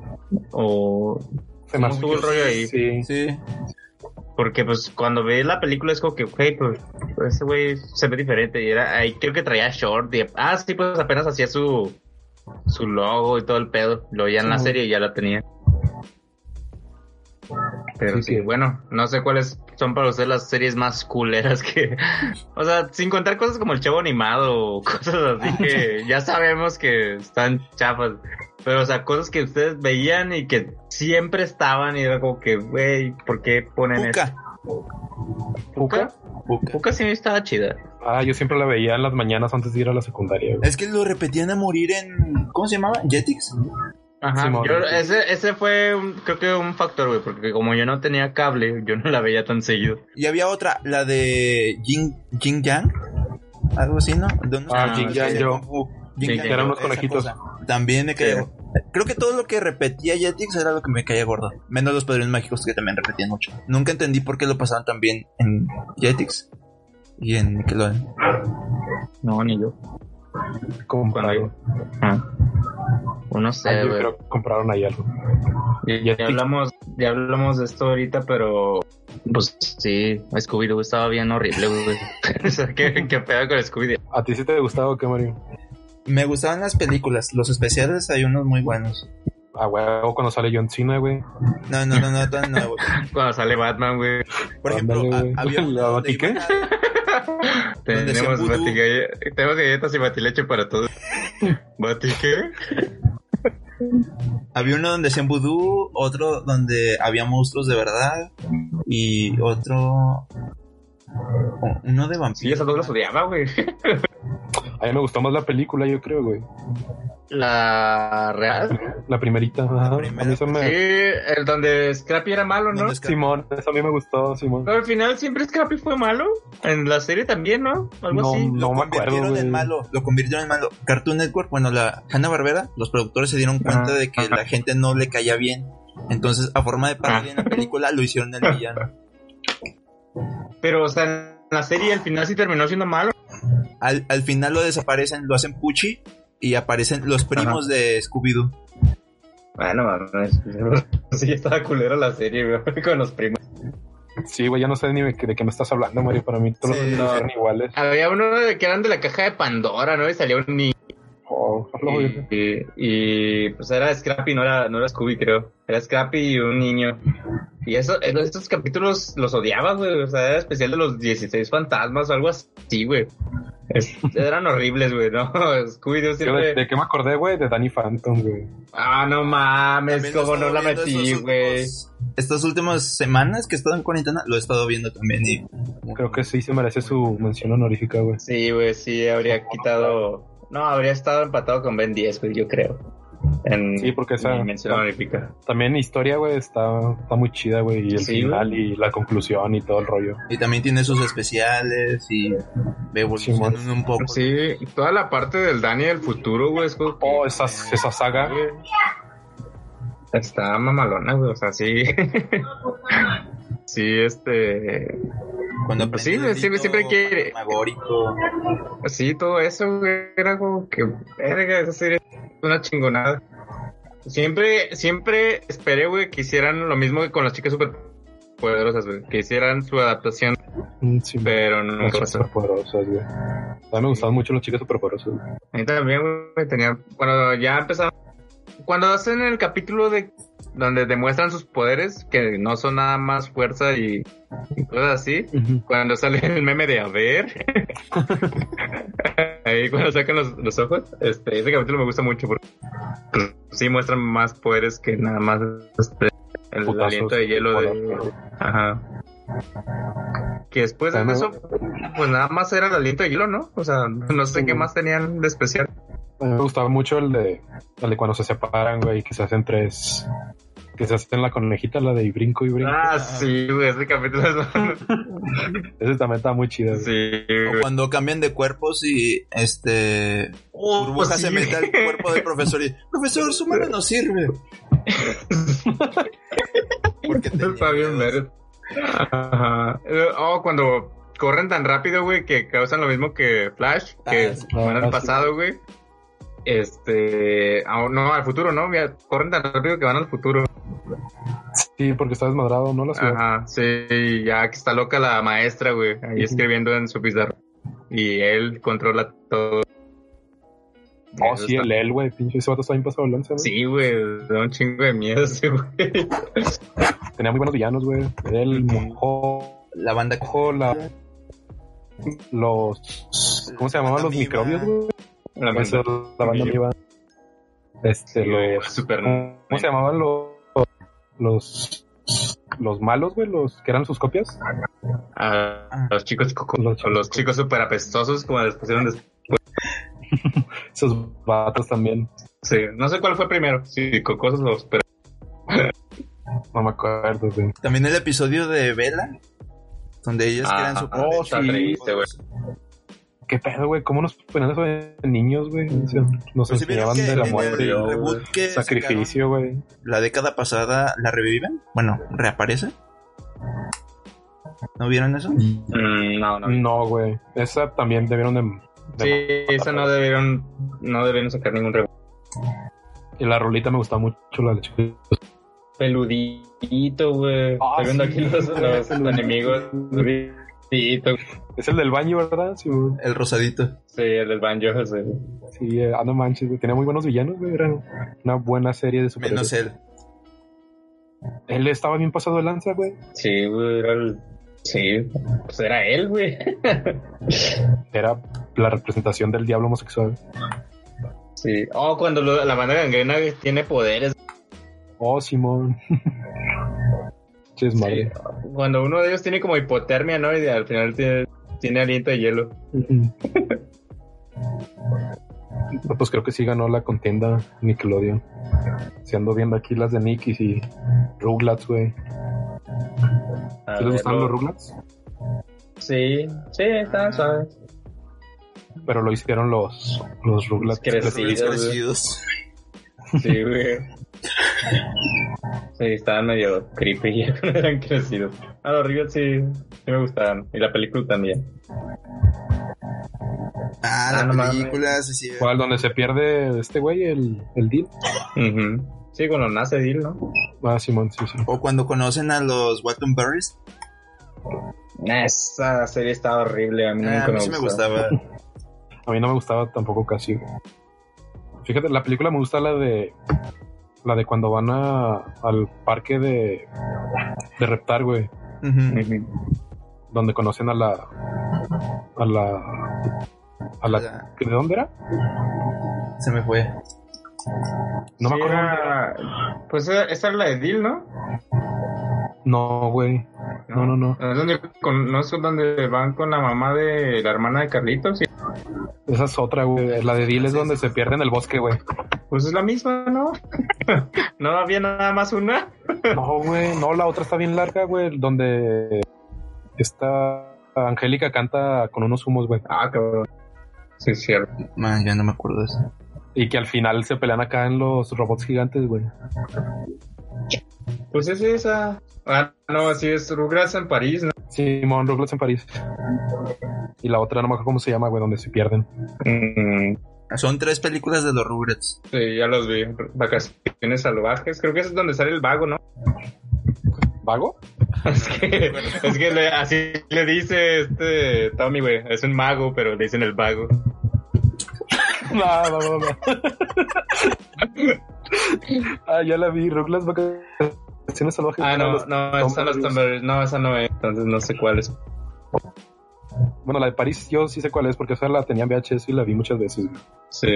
Speaker 5: O.
Speaker 4: Se me
Speaker 5: ¿Cómo
Speaker 4: hace-
Speaker 5: estuvo el rollo ahí?
Speaker 4: Sí,
Speaker 6: Sí.
Speaker 5: Porque, pues, cuando ve la película es como que, güey, pues, ese güey se ve diferente. Y era, ahí creo que traía short. Y, ah, sí, pues apenas hacía su. Su logo y todo el pedo. Lo ya en la
Speaker 4: Sí.
Speaker 5: serie ya la tenía. Pero
Speaker 4: Sí,
Speaker 5: sí,
Speaker 4: que-
Speaker 5: bueno, no sé cuáles son para ustedes las series más culeras que. [LAUGHS] O sea, sin contar cosas como el chavo animado o [LAUGHS] cosas así que ya sabemos que están chafas. Pero, o sea, cosas que ustedes veían y que siempre estaban y era como que, güey, ¿por qué ponen esto?
Speaker 6: Puka.
Speaker 5: ¿Puka?
Speaker 6: Puka.
Speaker 5: Puka sí estaba chida.
Speaker 4: Ah, yo siempre la veía en las mañanas antes de ir a la secundaria, güey.
Speaker 6: Es que lo repetían a morir en. ¿Cómo se llamaba? ¿Jetix?
Speaker 5: Ajá,
Speaker 4: Simón,
Speaker 5: yo-
Speaker 4: sí.
Speaker 5: ese, ese fue, un- creo que un factor, güey, porque como yo no tenía cable, yo no la veía tan seguido.
Speaker 6: Y había otra, la de Jin, Jin Yang. Algo así, ¿no? ¿De dónde
Speaker 4: Ah,
Speaker 6: está?
Speaker 5: Jin
Speaker 4: Yang Yo.
Speaker 6: Uh,
Speaker 5: Sí,
Speaker 6: Yang
Speaker 5: que
Speaker 4: eran
Speaker 6: Yo,
Speaker 4: unos
Speaker 6: esa
Speaker 4: conejitos.
Speaker 6: cosa. También me caía
Speaker 5: Sí.
Speaker 6: gordo. Creo que todo lo que repetía Jetix era lo que me caía gordo. Menos los padrinos mágicos que también repetían mucho. Nunca entendí por qué lo pasaban tan bien en Jetix y en Nickelodeon.
Speaker 5: No, ni yo.
Speaker 4: Compraron.
Speaker 5: Ah. Pues No
Speaker 4: Ah,
Speaker 5: sé,
Speaker 4: yo
Speaker 5: güey.
Speaker 4: creo que compraron ahí algo.
Speaker 5: Ya, ya hablamos, ya hablamos de esto ahorita, pero pues sí, Scooby-Doo estaba bien horrible, güey. [LAUGHS] o sea, qué, qué pedo con Scooby-Doo.
Speaker 4: ¿A ti sí te gustaba o qué, Mario?
Speaker 6: Me gustaban las películas. Los especiales hay unos muy buenos.
Speaker 4: Ah, huevo, cuando sale John Cena, güey.
Speaker 6: No, no, no, no tan nuevos.
Speaker 5: Cuando sale Batman, güey.
Speaker 4: [LAUGHS]
Speaker 6: Por ejemplo,
Speaker 4: Ah, Ándale,
Speaker 6: a-
Speaker 4: güey.
Speaker 6: había uno
Speaker 4: ¿La
Speaker 6: donde iban
Speaker 4: botica?
Speaker 6: a- Donde
Speaker 5: Tenemos
Speaker 6: decía vudú.
Speaker 5: batigalle- tenemos galletas y batileche para [LAUGHS] todos. ¿Batiqué?
Speaker 6: Había uno donde hacían vudú, otro donde había monstruos de verdad y otro... Uno de vampiros.
Speaker 5: Sí, esas dos las odiaba, güey.
Speaker 4: A mí me gustó más la película, yo creo, güey.
Speaker 5: La real.
Speaker 4: La primerita. ajá.
Speaker 6: primera,
Speaker 4: a mí se me...
Speaker 5: Sí, el donde Scrappy era malo, ¿no?
Speaker 6: Donde esca-
Speaker 4: Simón, eso a mí me gustó, Simón.
Speaker 5: Pero al final siempre Scrappy fue malo. En la serie también, ¿no? Algo
Speaker 4: No,
Speaker 5: así.
Speaker 6: Lo
Speaker 4: No me acuerdo,
Speaker 6: convirtieron
Speaker 4: güey.
Speaker 6: en malo, lo convirtieron en malo. Cartoon Network, bueno, la Hanna Barbera, los productores se dieron cuenta
Speaker 5: Ah.
Speaker 6: de que la gente no le caía bien. Entonces, a forma
Speaker 4: Ah.
Speaker 6: de parodia en la película, lo hicieron el
Speaker 4: [LAUGHS]
Speaker 6: villano.
Speaker 5: Pero, o sea, en la serie al final sí terminó siendo malo.
Speaker 6: Al, al final lo desaparecen, lo hacen Puchi y aparecen los primos de Scooby-Doo.
Speaker 5: Bueno, mames, [LAUGHS] sí estaba culera la serie, güey, [LAUGHS] con los primos.
Speaker 4: Sí, güey, ya no sé ni de qué, de qué me estás hablando, Mario. Para mí todos
Speaker 6: Sí,
Speaker 4: los
Speaker 5: no.
Speaker 4: eran iguales.
Speaker 5: Había uno de- que eran de la caja de Pandora, ¿no? Y salía un niño.
Speaker 4: Oh, lo
Speaker 5: Y,
Speaker 4: güey.
Speaker 5: y- y, pues era Scrappy, no era, no era Scooby, creo. Era Scrappy y un niño. Y eso, en estos capítulos los odiaba, güey. O sea, era especial de los 16 fantasmas o algo así, güey.
Speaker 3: [LAUGHS]
Speaker 5: Es- eran horribles, güey, ¿no? [LAUGHS] Scooby-Doo
Speaker 4: Yo de,
Speaker 3: este-
Speaker 5: siempre.
Speaker 4: ¿De qué me acordé, güey? De Danny Phantom, güey.
Speaker 5: Ah, no mames,
Speaker 6: También lo he
Speaker 5: cómo no
Speaker 6: estado
Speaker 5: la
Speaker 6: viendo
Speaker 5: metí,
Speaker 6: estos
Speaker 5: güey.
Speaker 6: últimos- Estas últimas semanas que he estado en cuarentena, lo he estado viendo también. Y
Speaker 4: Creo que sí se merece su mención honorífica, güey.
Speaker 5: Sí, güey, sí, habría quitado. No, habría estado empatado con Ben 10, güey, yo creo. en
Speaker 4: Sí, porque esa-
Speaker 5: en dimensión honorífica.
Speaker 4: También historia, güey, está, está muy chida, güey. Y el
Speaker 5: Sí,
Speaker 4: final y la conclusión y todo el rollo.
Speaker 6: Y también tiene sus especiales y ve evolucionando
Speaker 4: Simón.
Speaker 6: un poco.
Speaker 3: Sí, toda la parte del Dani del futuro, güey, es como que
Speaker 4: Oh, esa, esa saga.
Speaker 5: Está mamalona, güey. O sea, sí. [LAUGHS] sí, este.
Speaker 6: Cuando
Speaker 5: Pues
Speaker 6: aprende
Speaker 5: sí,
Speaker 6: el grito
Speaker 5: siempre- siempre quiere-
Speaker 6: fantasmagórico.
Speaker 5: Sí, todo eso, güey, era como que, verga, esa serie es una chingonada. Siempre, siempre esperé, güey, que hicieran lo mismo que con las chicas superpoderosas, güey, que hicieran su adaptación,
Speaker 4: Mm, Sí,
Speaker 5: pero no
Speaker 4: Las chicas
Speaker 5: pasó.
Speaker 4: superpoderosas, güey. A mí me gustaban mucho los chicas superpoderosas. güey.
Speaker 5: A mí también, güey, tenía, cuando ya empezaron, cuando hacen el capítulo de donde demuestran sus poderes, que no son nada más fuerza y, y cosas así, cuando sale [LAUGHS] el meme de a ver, [LAUGHS] ahí cuando sacan los, los ojos, este, ese capítulo me gusta mucho porque pues, sí muestran más poderes que nada más este, el
Speaker 4: Putazos,
Speaker 5: aliento de hielo de...
Speaker 4: color.
Speaker 5: Ajá. Que después de
Speaker 4: Ajá.
Speaker 5: eso, pues nada más era el aliento de hielo, ¿no? O sea, no sé qué más tenían de especial.
Speaker 4: A mí me gustaba mucho el de, el de cuando se separan, güey, que se hacen tres. Que se hacen la conejita, la de y brinco y brinco.
Speaker 5: Ah, sí, güey, ese capítulo [LAUGHS] es...
Speaker 4: Ese también estaba muy chido. güey.
Speaker 5: sí,
Speaker 6: O
Speaker 5: güey.
Speaker 6: cuando cambian de cuerpos y este burbuja
Speaker 5: Oh, pues, sí.
Speaker 6: se mete al cuerpo del profesor y profesor su mano no
Speaker 5: [LAUGHS]
Speaker 6: sirve. Porque tenía
Speaker 5: Está bien,
Speaker 6: miedo.
Speaker 5: ver. Ajá. Eh, Oh, cuando corren tan rápido, güey, que causan lo mismo que Flash, que
Speaker 6: Ah, sí.
Speaker 5: van
Speaker 4: Ah,
Speaker 5: al
Speaker 4: sí.
Speaker 5: pasado, güey. Este, ah, no, al futuro, ¿no? Mira, corren tan rápido que van al futuro.
Speaker 4: Sí, porque está desmadrado, ¿no? La ciudad.
Speaker 5: Ajá, sí, ya que está loca la maestra, güey, ahí
Speaker 4: Ujú.
Speaker 5: escribiendo en su pizarra. Y él controla todo.
Speaker 4: Oh,
Speaker 5: Eso
Speaker 4: sí,
Speaker 5: está-
Speaker 4: el él, güey. Pinche, ese vato está bien pasado de lanza, güey.
Speaker 5: Sí, güey, da un chingo de miedo
Speaker 4: [LAUGHS]
Speaker 5: ese, güey.
Speaker 4: Tenía muy buenos villanos, güey. El mojo,
Speaker 6: La banda co-
Speaker 4: la. Los. ¿Cómo se llamaban los
Speaker 6: Amiba.
Speaker 4: microbios, güey?
Speaker 5: La
Speaker 4: Esa
Speaker 5: maestra.
Speaker 4: es la banda
Speaker 5: Amiba.
Speaker 4: Amiba. Este,
Speaker 5: Sí, güey,
Speaker 4: los.
Speaker 5: super-
Speaker 4: ¿Cómo cómo se llamaban los. Los. Los malos, güey, los que eran sus copias.
Speaker 5: a los chicos coco-
Speaker 4: Los chicos
Speaker 5: los chicos, super apestosos como les pusieron después.
Speaker 4: Esos vatos también.
Speaker 5: Sí, no sé cuál fue primero, sí, cocosos o super
Speaker 4: No me acuerdo, güey.
Speaker 6: También el episodio de Vela donde ellas
Speaker 5: Ah,
Speaker 6: crean su
Speaker 5: ah,
Speaker 6: propia
Speaker 5: está
Speaker 6: chica.
Speaker 5: triste, güey.
Speaker 4: ¿Qué pedo, güey? ¿Cómo nos ponían eso de niños, güey? O sea, Nos
Speaker 6: Pero si Pues vieron
Speaker 4: enseñaban
Speaker 6: que
Speaker 4: Pues de la
Speaker 6: en
Speaker 4: muerte.
Speaker 6: el
Speaker 4: y
Speaker 6: reboot que sacaron
Speaker 4: Sacrificio, güey.
Speaker 6: la década pasada la reviven, bueno, reaparece. ¿No vieron eso?
Speaker 5: Mm, no, no.
Speaker 4: No, güey. Esa también debieron de.
Speaker 5: Sí,
Speaker 4: de-
Speaker 5: esa no debieron, no debieron sacar ningún rebote.
Speaker 4: Y la rolita me gustaba mucho, la de chiquito.
Speaker 5: Peludito, güey.
Speaker 4: Ah,
Speaker 5: Estoy viendo
Speaker 4: sí, [LAUGHS]
Speaker 5: aquí los,
Speaker 4: güey,
Speaker 5: los
Speaker 4: peludito.
Speaker 5: enemigos. Peludito.
Speaker 4: Es el del baño, ¿verdad? Sí, güey.
Speaker 6: El rosadito.
Speaker 5: Sí, el del banjo, sí.
Speaker 4: Sí, eh, ah, no manches, güey. Tenía muy buenos villanos, güey. Era una buena serie de superhéroes.
Speaker 6: Menos él.
Speaker 4: Él estaba bien pasado de lanza, güey.
Speaker 5: Sí, güey, era el... Sí, pues era él, güey. [LAUGHS]
Speaker 4: Era la representación del diablo homosexual.
Speaker 5: Sí. Oh, cuando lo- la banda gangrena tiene poderes.
Speaker 4: Oh, Simón. [LAUGHS] Ches,
Speaker 5: Sí.
Speaker 4: madre.
Speaker 5: Cuando uno de ellos tiene como hipotermia, ¿no? Y al final tiene, tiene aliento de hielo.
Speaker 4: Ujú. [LAUGHS] No, pues creo que sí ganó la contienda Nickelodeon. Si ando viendo aquí las de Nick y si Rugrats, güey.
Speaker 5: A
Speaker 4: ¿Sí les gustaban
Speaker 5: verlo.
Speaker 4: los Rugrats?
Speaker 5: Sí, sí, están suaves.
Speaker 4: Pero lo hicieron los, los Rugrats.
Speaker 5: Los crecidos.
Speaker 6: Los
Speaker 5: güey.
Speaker 6: crecidos.
Speaker 5: Sí, güey. Sí, estaban medio creepy [LAUGHS] ya cuando eran crecidos. A los Rivers sí, sí me gustaban. Y la película también.
Speaker 6: Ah, la
Speaker 5: Ah, no mames.
Speaker 6: película, sí, sí.
Speaker 4: ¿Cuál? Donde se pierde este güey, el, el deal.
Speaker 5: Ujú. Sí, cuando nace Dil, ¿no?
Speaker 4: Ah, Simón, sí, sí.
Speaker 6: O cuando conocen a los Walton Berries.
Speaker 5: Esa serie estaba horrible. A mí
Speaker 6: Ah,
Speaker 5: nunca
Speaker 6: a mí sí me gustaba.
Speaker 4: A mí no me gustaba tampoco casi. Fíjate, la película me gusta la de. La de cuando van a, al parque de. De reptar, güey.
Speaker 6: Ujú.
Speaker 5: Ujú.
Speaker 4: Donde conocen a la. A la. A la.
Speaker 6: Ya,
Speaker 4: ¿De dónde era?
Speaker 6: Se me fue.
Speaker 4: No me
Speaker 5: Sí,
Speaker 4: acuerdo. dónde era.
Speaker 5: era- Pues eh, esa era la de Dil, ¿no?
Speaker 4: No, güey. No, no, no.
Speaker 5: Es donde, con, no es donde van con la mamá de la hermana de Carlitos. sí.
Speaker 4: Esa es otra, güey. La de Dile es donde se pierde en el bosque, güey.
Speaker 5: Pues es la misma, ¿no? [LAUGHS] no había nada más una.
Speaker 4: No, güey, no, la otra está bien larga, güey, donde esta Angélica canta con unos humos, güey.
Speaker 3: Ah, cabrón. Sí, es cierto.
Speaker 6: Man, ya no me acuerdo de eso.
Speaker 4: Y que al final se pelean acá en los robots gigantes, güey.
Speaker 3: Pues es esa. Ah, no, así es Rugrats en París, ¿no?
Speaker 4: Simón Rugrats en París. Y la otra, no me acuerdo cómo se llama, güey, donde se pierden.
Speaker 3: Mm,
Speaker 6: Son tres películas de los Rugrats.
Speaker 3: sí, ya los vi. Vacaciones salvajes. Creo que ese es donde sale el vago, ¿no? [LAUGHS]
Speaker 4: ¿Vago?
Speaker 3: Es que, es que le- así le dice este Tommy, güey. Es un mago, pero le dicen el vago.
Speaker 4: No, no, no, no. ah, ya la vi, Rugrats Vacaciones Salvajes.
Speaker 3: Ah, no,
Speaker 4: Los
Speaker 3: no, esas son las Thunderbirds. No, esa no es. Entonces no sé cuál es.
Speaker 4: Bueno, la de París yo sí sé cuál es porque esa la tenía en VHS y la vi muchas veces. güey.
Speaker 3: Sí.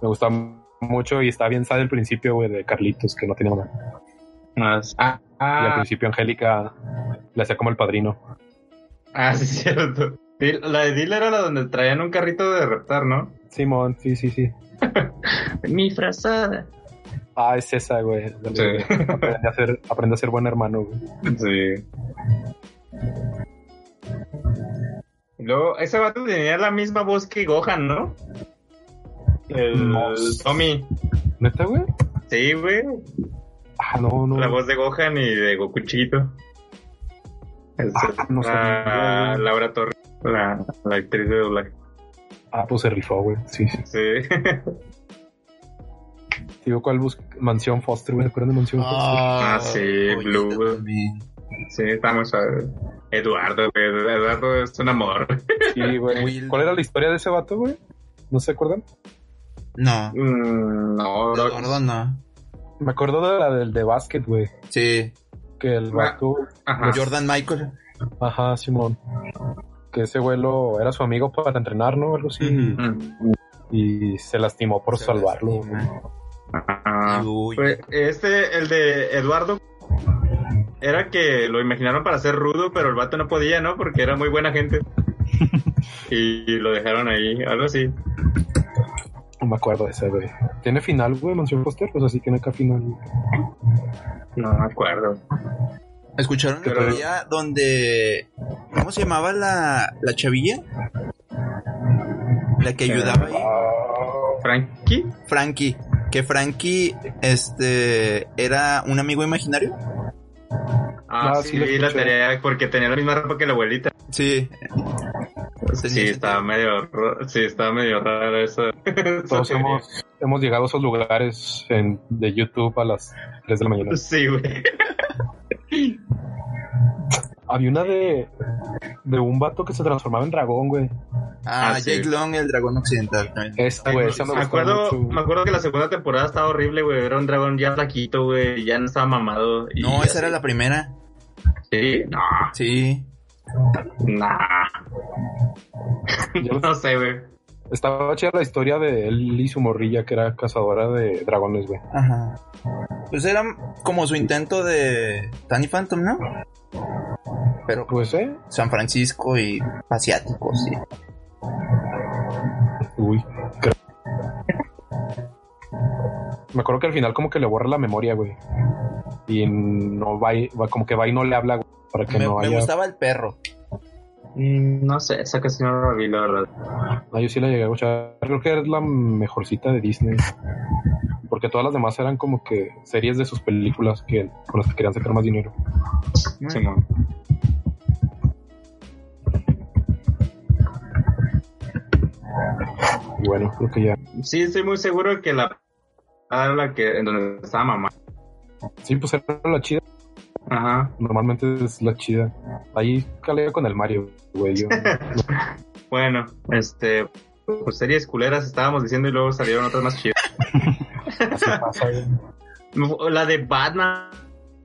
Speaker 4: Me gustaba mucho y está bien sad el principio, güey, de Carlitos, que no tenía nada.
Speaker 3: Más. Ah,
Speaker 4: Y al
Speaker 3: ah,
Speaker 4: principio Angélica le hacía como el padrino.
Speaker 5: Ah,
Speaker 3: [LAUGHS]
Speaker 5: sí, es cierto. Dil- La de Dil era la donde traían un carrito de reptar, ¿no?
Speaker 4: Simón, sí, sí, sí.
Speaker 5: Mi frazada.
Speaker 4: Ah, es esa, güey. Dale,
Speaker 3: Sí.
Speaker 4: güey. Aprende a ser, aprende a ser buen hermano, güey.
Speaker 3: sí.
Speaker 5: Luego, ese vato tenía la misma voz que Gohan, ¿no? El
Speaker 4: No.
Speaker 5: Tommy.
Speaker 4: ¿Neta, güey?
Speaker 5: Sí, güey.
Speaker 4: Ah, no, no.
Speaker 5: La voz de Gohan y de Goku chiquito. Es-
Speaker 4: Ah, no
Speaker 5: Ah,
Speaker 4: sabía, güey.
Speaker 5: Laura Torres, la, la actriz de doblaje.
Speaker 4: Ah, pues se rifó, güey. Sí, sí.
Speaker 5: Sí. [LAUGHS]
Speaker 4: Digo, ¿cuál busca? Mansión Foster, güey. ¿Se acuerdan de Mansión Foster?
Speaker 5: Ah, sí,
Speaker 6: joyita
Speaker 5: Blue.
Speaker 6: también.
Speaker 5: Sí, estamos a Eduardo, güey. Eduardo es un amor. [LAUGHS]
Speaker 4: Sí, güey.
Speaker 6: Will.
Speaker 4: ¿Cuál era la historia de ese vato, güey? ¿No se acuerdan?
Speaker 6: No,
Speaker 5: Mm, no,
Speaker 6: de
Speaker 5: no.
Speaker 6: gordo no.
Speaker 4: Me acuerdo de la del de básquet, güey.
Speaker 6: Sí,
Speaker 4: Que
Speaker 3: Ah.
Speaker 4: el vato...
Speaker 5: Ajá.
Speaker 6: Jordan Michael.
Speaker 4: Ajá, Simón. Que ese güey lo- era su amigo para entrenar, ¿no? Algo así.
Speaker 6: Ujú.
Speaker 5: Mm.
Speaker 4: Y se lastimó por
Speaker 6: Se
Speaker 4: salvarlo. güey.
Speaker 6: lastima.
Speaker 5: Ah.
Speaker 6: Uy.
Speaker 5: Pues, Este, el de Eduardo, era que lo imaginaron para ser rudo, pero el vato no podía, ¿no? Porque era muy buena gente. Y lo dejaron ahí, algo así.
Speaker 4: No me acuerdo de ese, güey. ¿Tiene final, güey, Mansión Foster? Pues así tiene acá final. güey.
Speaker 5: No me acuerdo.
Speaker 6: ¿Escucharon el
Speaker 5: Pero-
Speaker 6: otro día donde... ¿Cómo se llamaba la, la chavilla? La que ayudaba
Speaker 4: Eh,
Speaker 6: ahí.
Speaker 5: Ah, ¿Frankie?
Speaker 6: Frankie. Que Frankie, este, era un amigo imaginario.
Speaker 5: Ah,
Speaker 4: Ah,
Speaker 5: sí,
Speaker 4: sí, lo
Speaker 5: la
Speaker 4: escuché.
Speaker 5: tarea, porque tenía la misma ropa que la abuelita.
Speaker 6: Sí,
Speaker 5: Sí,
Speaker 6: ese
Speaker 5: estaba medio, ro- sí, estaba medio raro [LAUGHS] eso.
Speaker 4: Todos hemos, hemos llegado a esos lugares en- de YouTube a las 3 de la mañana.
Speaker 5: Sí, güey.
Speaker 4: Había una de, de un vato que se transformaba en dragón, güey.
Speaker 6: Ah,
Speaker 5: Ah, sí.
Speaker 6: Jake Long, el dragón occidental. también.
Speaker 4: Esa, güey, esa me
Speaker 5: me
Speaker 4: gustó
Speaker 5: acuerdo,
Speaker 4: mucho, güey.
Speaker 5: me acuerdo que la segunda temporada estaba horrible, güey. Era un dragón ya flaquito, güey. Ya no estaba mamado. y
Speaker 6: No, esa
Speaker 5: así.
Speaker 6: era la primera.
Speaker 5: Sí, no,
Speaker 6: Sí.
Speaker 5: nah.
Speaker 4: Yo-
Speaker 5: No sé, güey.
Speaker 4: Estaba chida la historia de él y su morrilla, que era cazadora de dragones, güey.
Speaker 6: Ajá. Pues era como su intento de Danny Phantom, ¿no? Pero con
Speaker 4: Pues, eh.
Speaker 6: San Francisco y asiáticos. sí.
Speaker 4: Uy. creo- Me acuerdo que al final como que le borra la memoria, güey. Y no va, y- va- como que va y no le habla, güey, para que
Speaker 6: Me,
Speaker 4: no
Speaker 6: me
Speaker 4: haya...
Speaker 6: gustaba el perro.
Speaker 5: Mm, No sé, esa casi no la vi, la verdad.
Speaker 4: No, yo sí la llegué a escuchar. Creo que es la mejorcita de Disney. Porque todas las demás eran como que series de sus películas que, con las que querían sacar más dinero.
Speaker 5: Simón.
Speaker 4: Y bueno, creo que ya.
Speaker 5: Sí, estoy muy seguro que la. Era la que. En donde estaba mamá.
Speaker 4: Sí, pues era la chida.
Speaker 5: Ajá.
Speaker 4: Normalmente es la chida. Ahí calé con el Mario, güey. Yo,
Speaker 5: [LAUGHS] Bueno, este. Pues series culeras estábamos diciendo y luego salieron otras más chidas. Mm,
Speaker 4: así pasa, güey.
Speaker 5: La de Batman,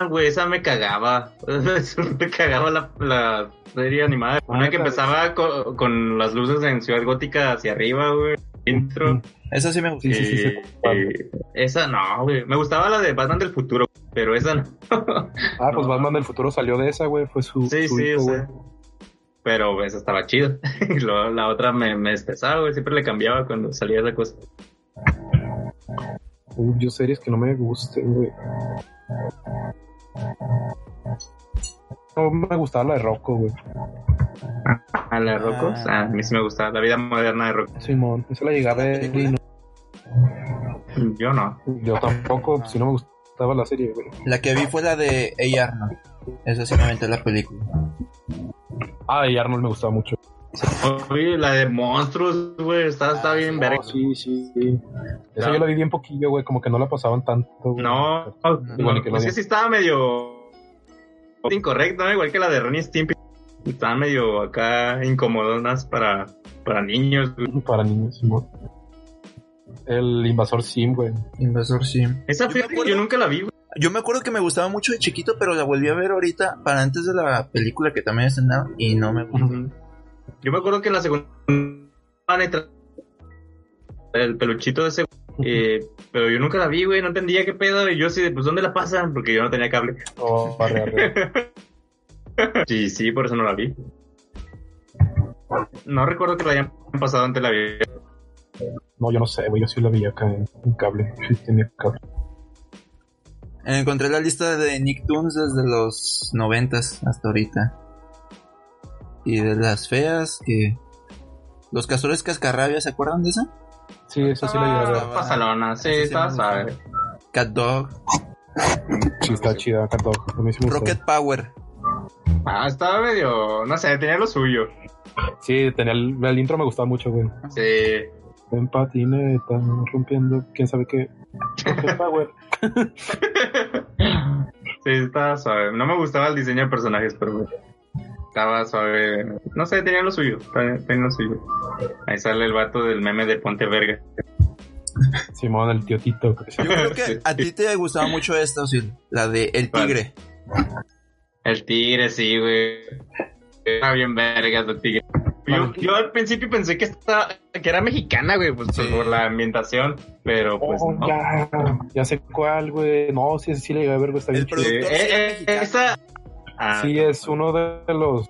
Speaker 5: güey, esa me cagaba. [LAUGHS] me cagaba la, la serie animada. Una que
Speaker 4: Ah, claro.
Speaker 5: empezaba con, con las luces en Ciudad Gótica hacia arriba, güey. Intro.
Speaker 6: Eso sí me gustó.
Speaker 4: Sí, sí, sí, sí.
Speaker 5: Eh, eh, esa no, güey. Me gustaba la de Batman del futuro, pero esa no.
Speaker 4: Ah, pues Batman del futuro salió de esa, güey. Fue su.
Speaker 5: sí,
Speaker 4: su
Speaker 5: sí,
Speaker 4: hijo,
Speaker 5: o
Speaker 4: güey.
Speaker 5: sea. Pero esa estaba chida. [LAUGHS] Y luego la otra me, me estresaba, güey. Siempre le cambiaba cuando salía esa cosa.
Speaker 4: Uh, yo series que no me gusten, güey. No me gustaba la de Rocco, güey.
Speaker 5: ¿A la de Rocco? Ah, a mí sí me gustaba. La vida moderna de Rocco.
Speaker 4: Simón, esa la llegué a ver y no-
Speaker 5: Yo no.
Speaker 4: yo tampoco, si no me gustaba la serie, güey.
Speaker 6: La que vi fue la de Hey Arnold. Esa sí me aventé la película.
Speaker 4: Ah, y Arnold me gustaba mucho.
Speaker 5: Oye, la de monstruos, güey. Está, Ah, está bien verga.
Speaker 4: Oh, sí, sí, sí. Esa
Speaker 5: No.
Speaker 4: yo la vi bien poquillo, güey, como que no la pasaban tanto. güey.
Speaker 5: No,
Speaker 4: Igual
Speaker 5: no,
Speaker 4: que la
Speaker 5: pues
Speaker 4: de-
Speaker 5: que sí estaba medio incorrecto, ¿no? igual que la de Ronnie Stimpy. Estaban medio acá incomodonas para, para niños. güey.
Speaker 4: [LAUGHS] Para niños, Simón. El invasor Sim, güey.
Speaker 6: Invasor Sim.
Speaker 5: Esa
Speaker 6: Yo me
Speaker 5: fíjate,
Speaker 6: acuerdo-
Speaker 5: yo nunca la vi, güey.
Speaker 6: Yo me acuerdo que me gustaba mucho de chiquito, pero la volví a ver ahorita para antes de la película que también estrenaba y no me gustó.
Speaker 5: Yo me acuerdo que en la segunda el peluchito de ese eh, pero yo nunca la vi, güey, no entendía qué pedo, y yo así de, pues, ¿dónde la pasan? Porque yo no tenía cable. [LAUGHS]
Speaker 4: Oh, arre, arre.
Speaker 5: Sí, sí, por eso no la vi. No recuerdo que la hayan pasado ante la vida.
Speaker 4: No, yo no sé, güey. Yo sí la vi acá en, en cable. Sí, tenía cable.
Speaker 6: Encontré la lista de Nicktoons desde los noventas hasta ahorita. Y de las feas que... Los castores cascarrabias, ¿se acuerdan de esa?
Speaker 4: Sí, esa sí la llegué a ver.
Speaker 5: Ah, Pasalona, sí,
Speaker 6: Esa sí
Speaker 5: estaba
Speaker 6: me
Speaker 5: suave.
Speaker 6: Cat Dog,
Speaker 4: Sí, está chida, Cat Dog. A mí sí me gustó.
Speaker 6: Rocket Power.
Speaker 5: Ah, estaba medio, no sé, tenía lo suyo.
Speaker 4: Sí, tenía el, el intro me gustaba mucho, güey.
Speaker 5: Sí.
Speaker 4: En patineta, rompiendo, quién sabe qué. Rocket Power.
Speaker 5: Sí, estaba suave. No me gustaba el diseño de personajes, pero bueno, estaba suave. No sé, tenía lo suyo. Tenía tenía lo suyo. Ahí sale el vato del meme de Ponte Verga.
Speaker 4: Simón, el tío Tito. que se-
Speaker 6: Yo creo
Speaker 4: [LAUGHS]
Speaker 6: que a ti te gustaba mucho esta, sí, la de El Tigre.
Speaker 5: El tigre, sí, güey. Estaba bien verga el tigre. Yo, yo al principio pensé que, estaba, que era mexicana, güey, pues
Speaker 6: Sí.
Speaker 5: por la ambientación, pero pues
Speaker 4: Oh,
Speaker 5: no.
Speaker 4: ya, ya sé cuál, güey. No, sí, sí la llegué a ver, güey. Está bien
Speaker 6: El
Speaker 4: chida.
Speaker 5: Sí,
Speaker 6: productor sí
Speaker 5: eh,
Speaker 6: era
Speaker 5: eh,
Speaker 6: mexicano.
Speaker 5: esa- Ah,
Speaker 4: Sí, es uno de los.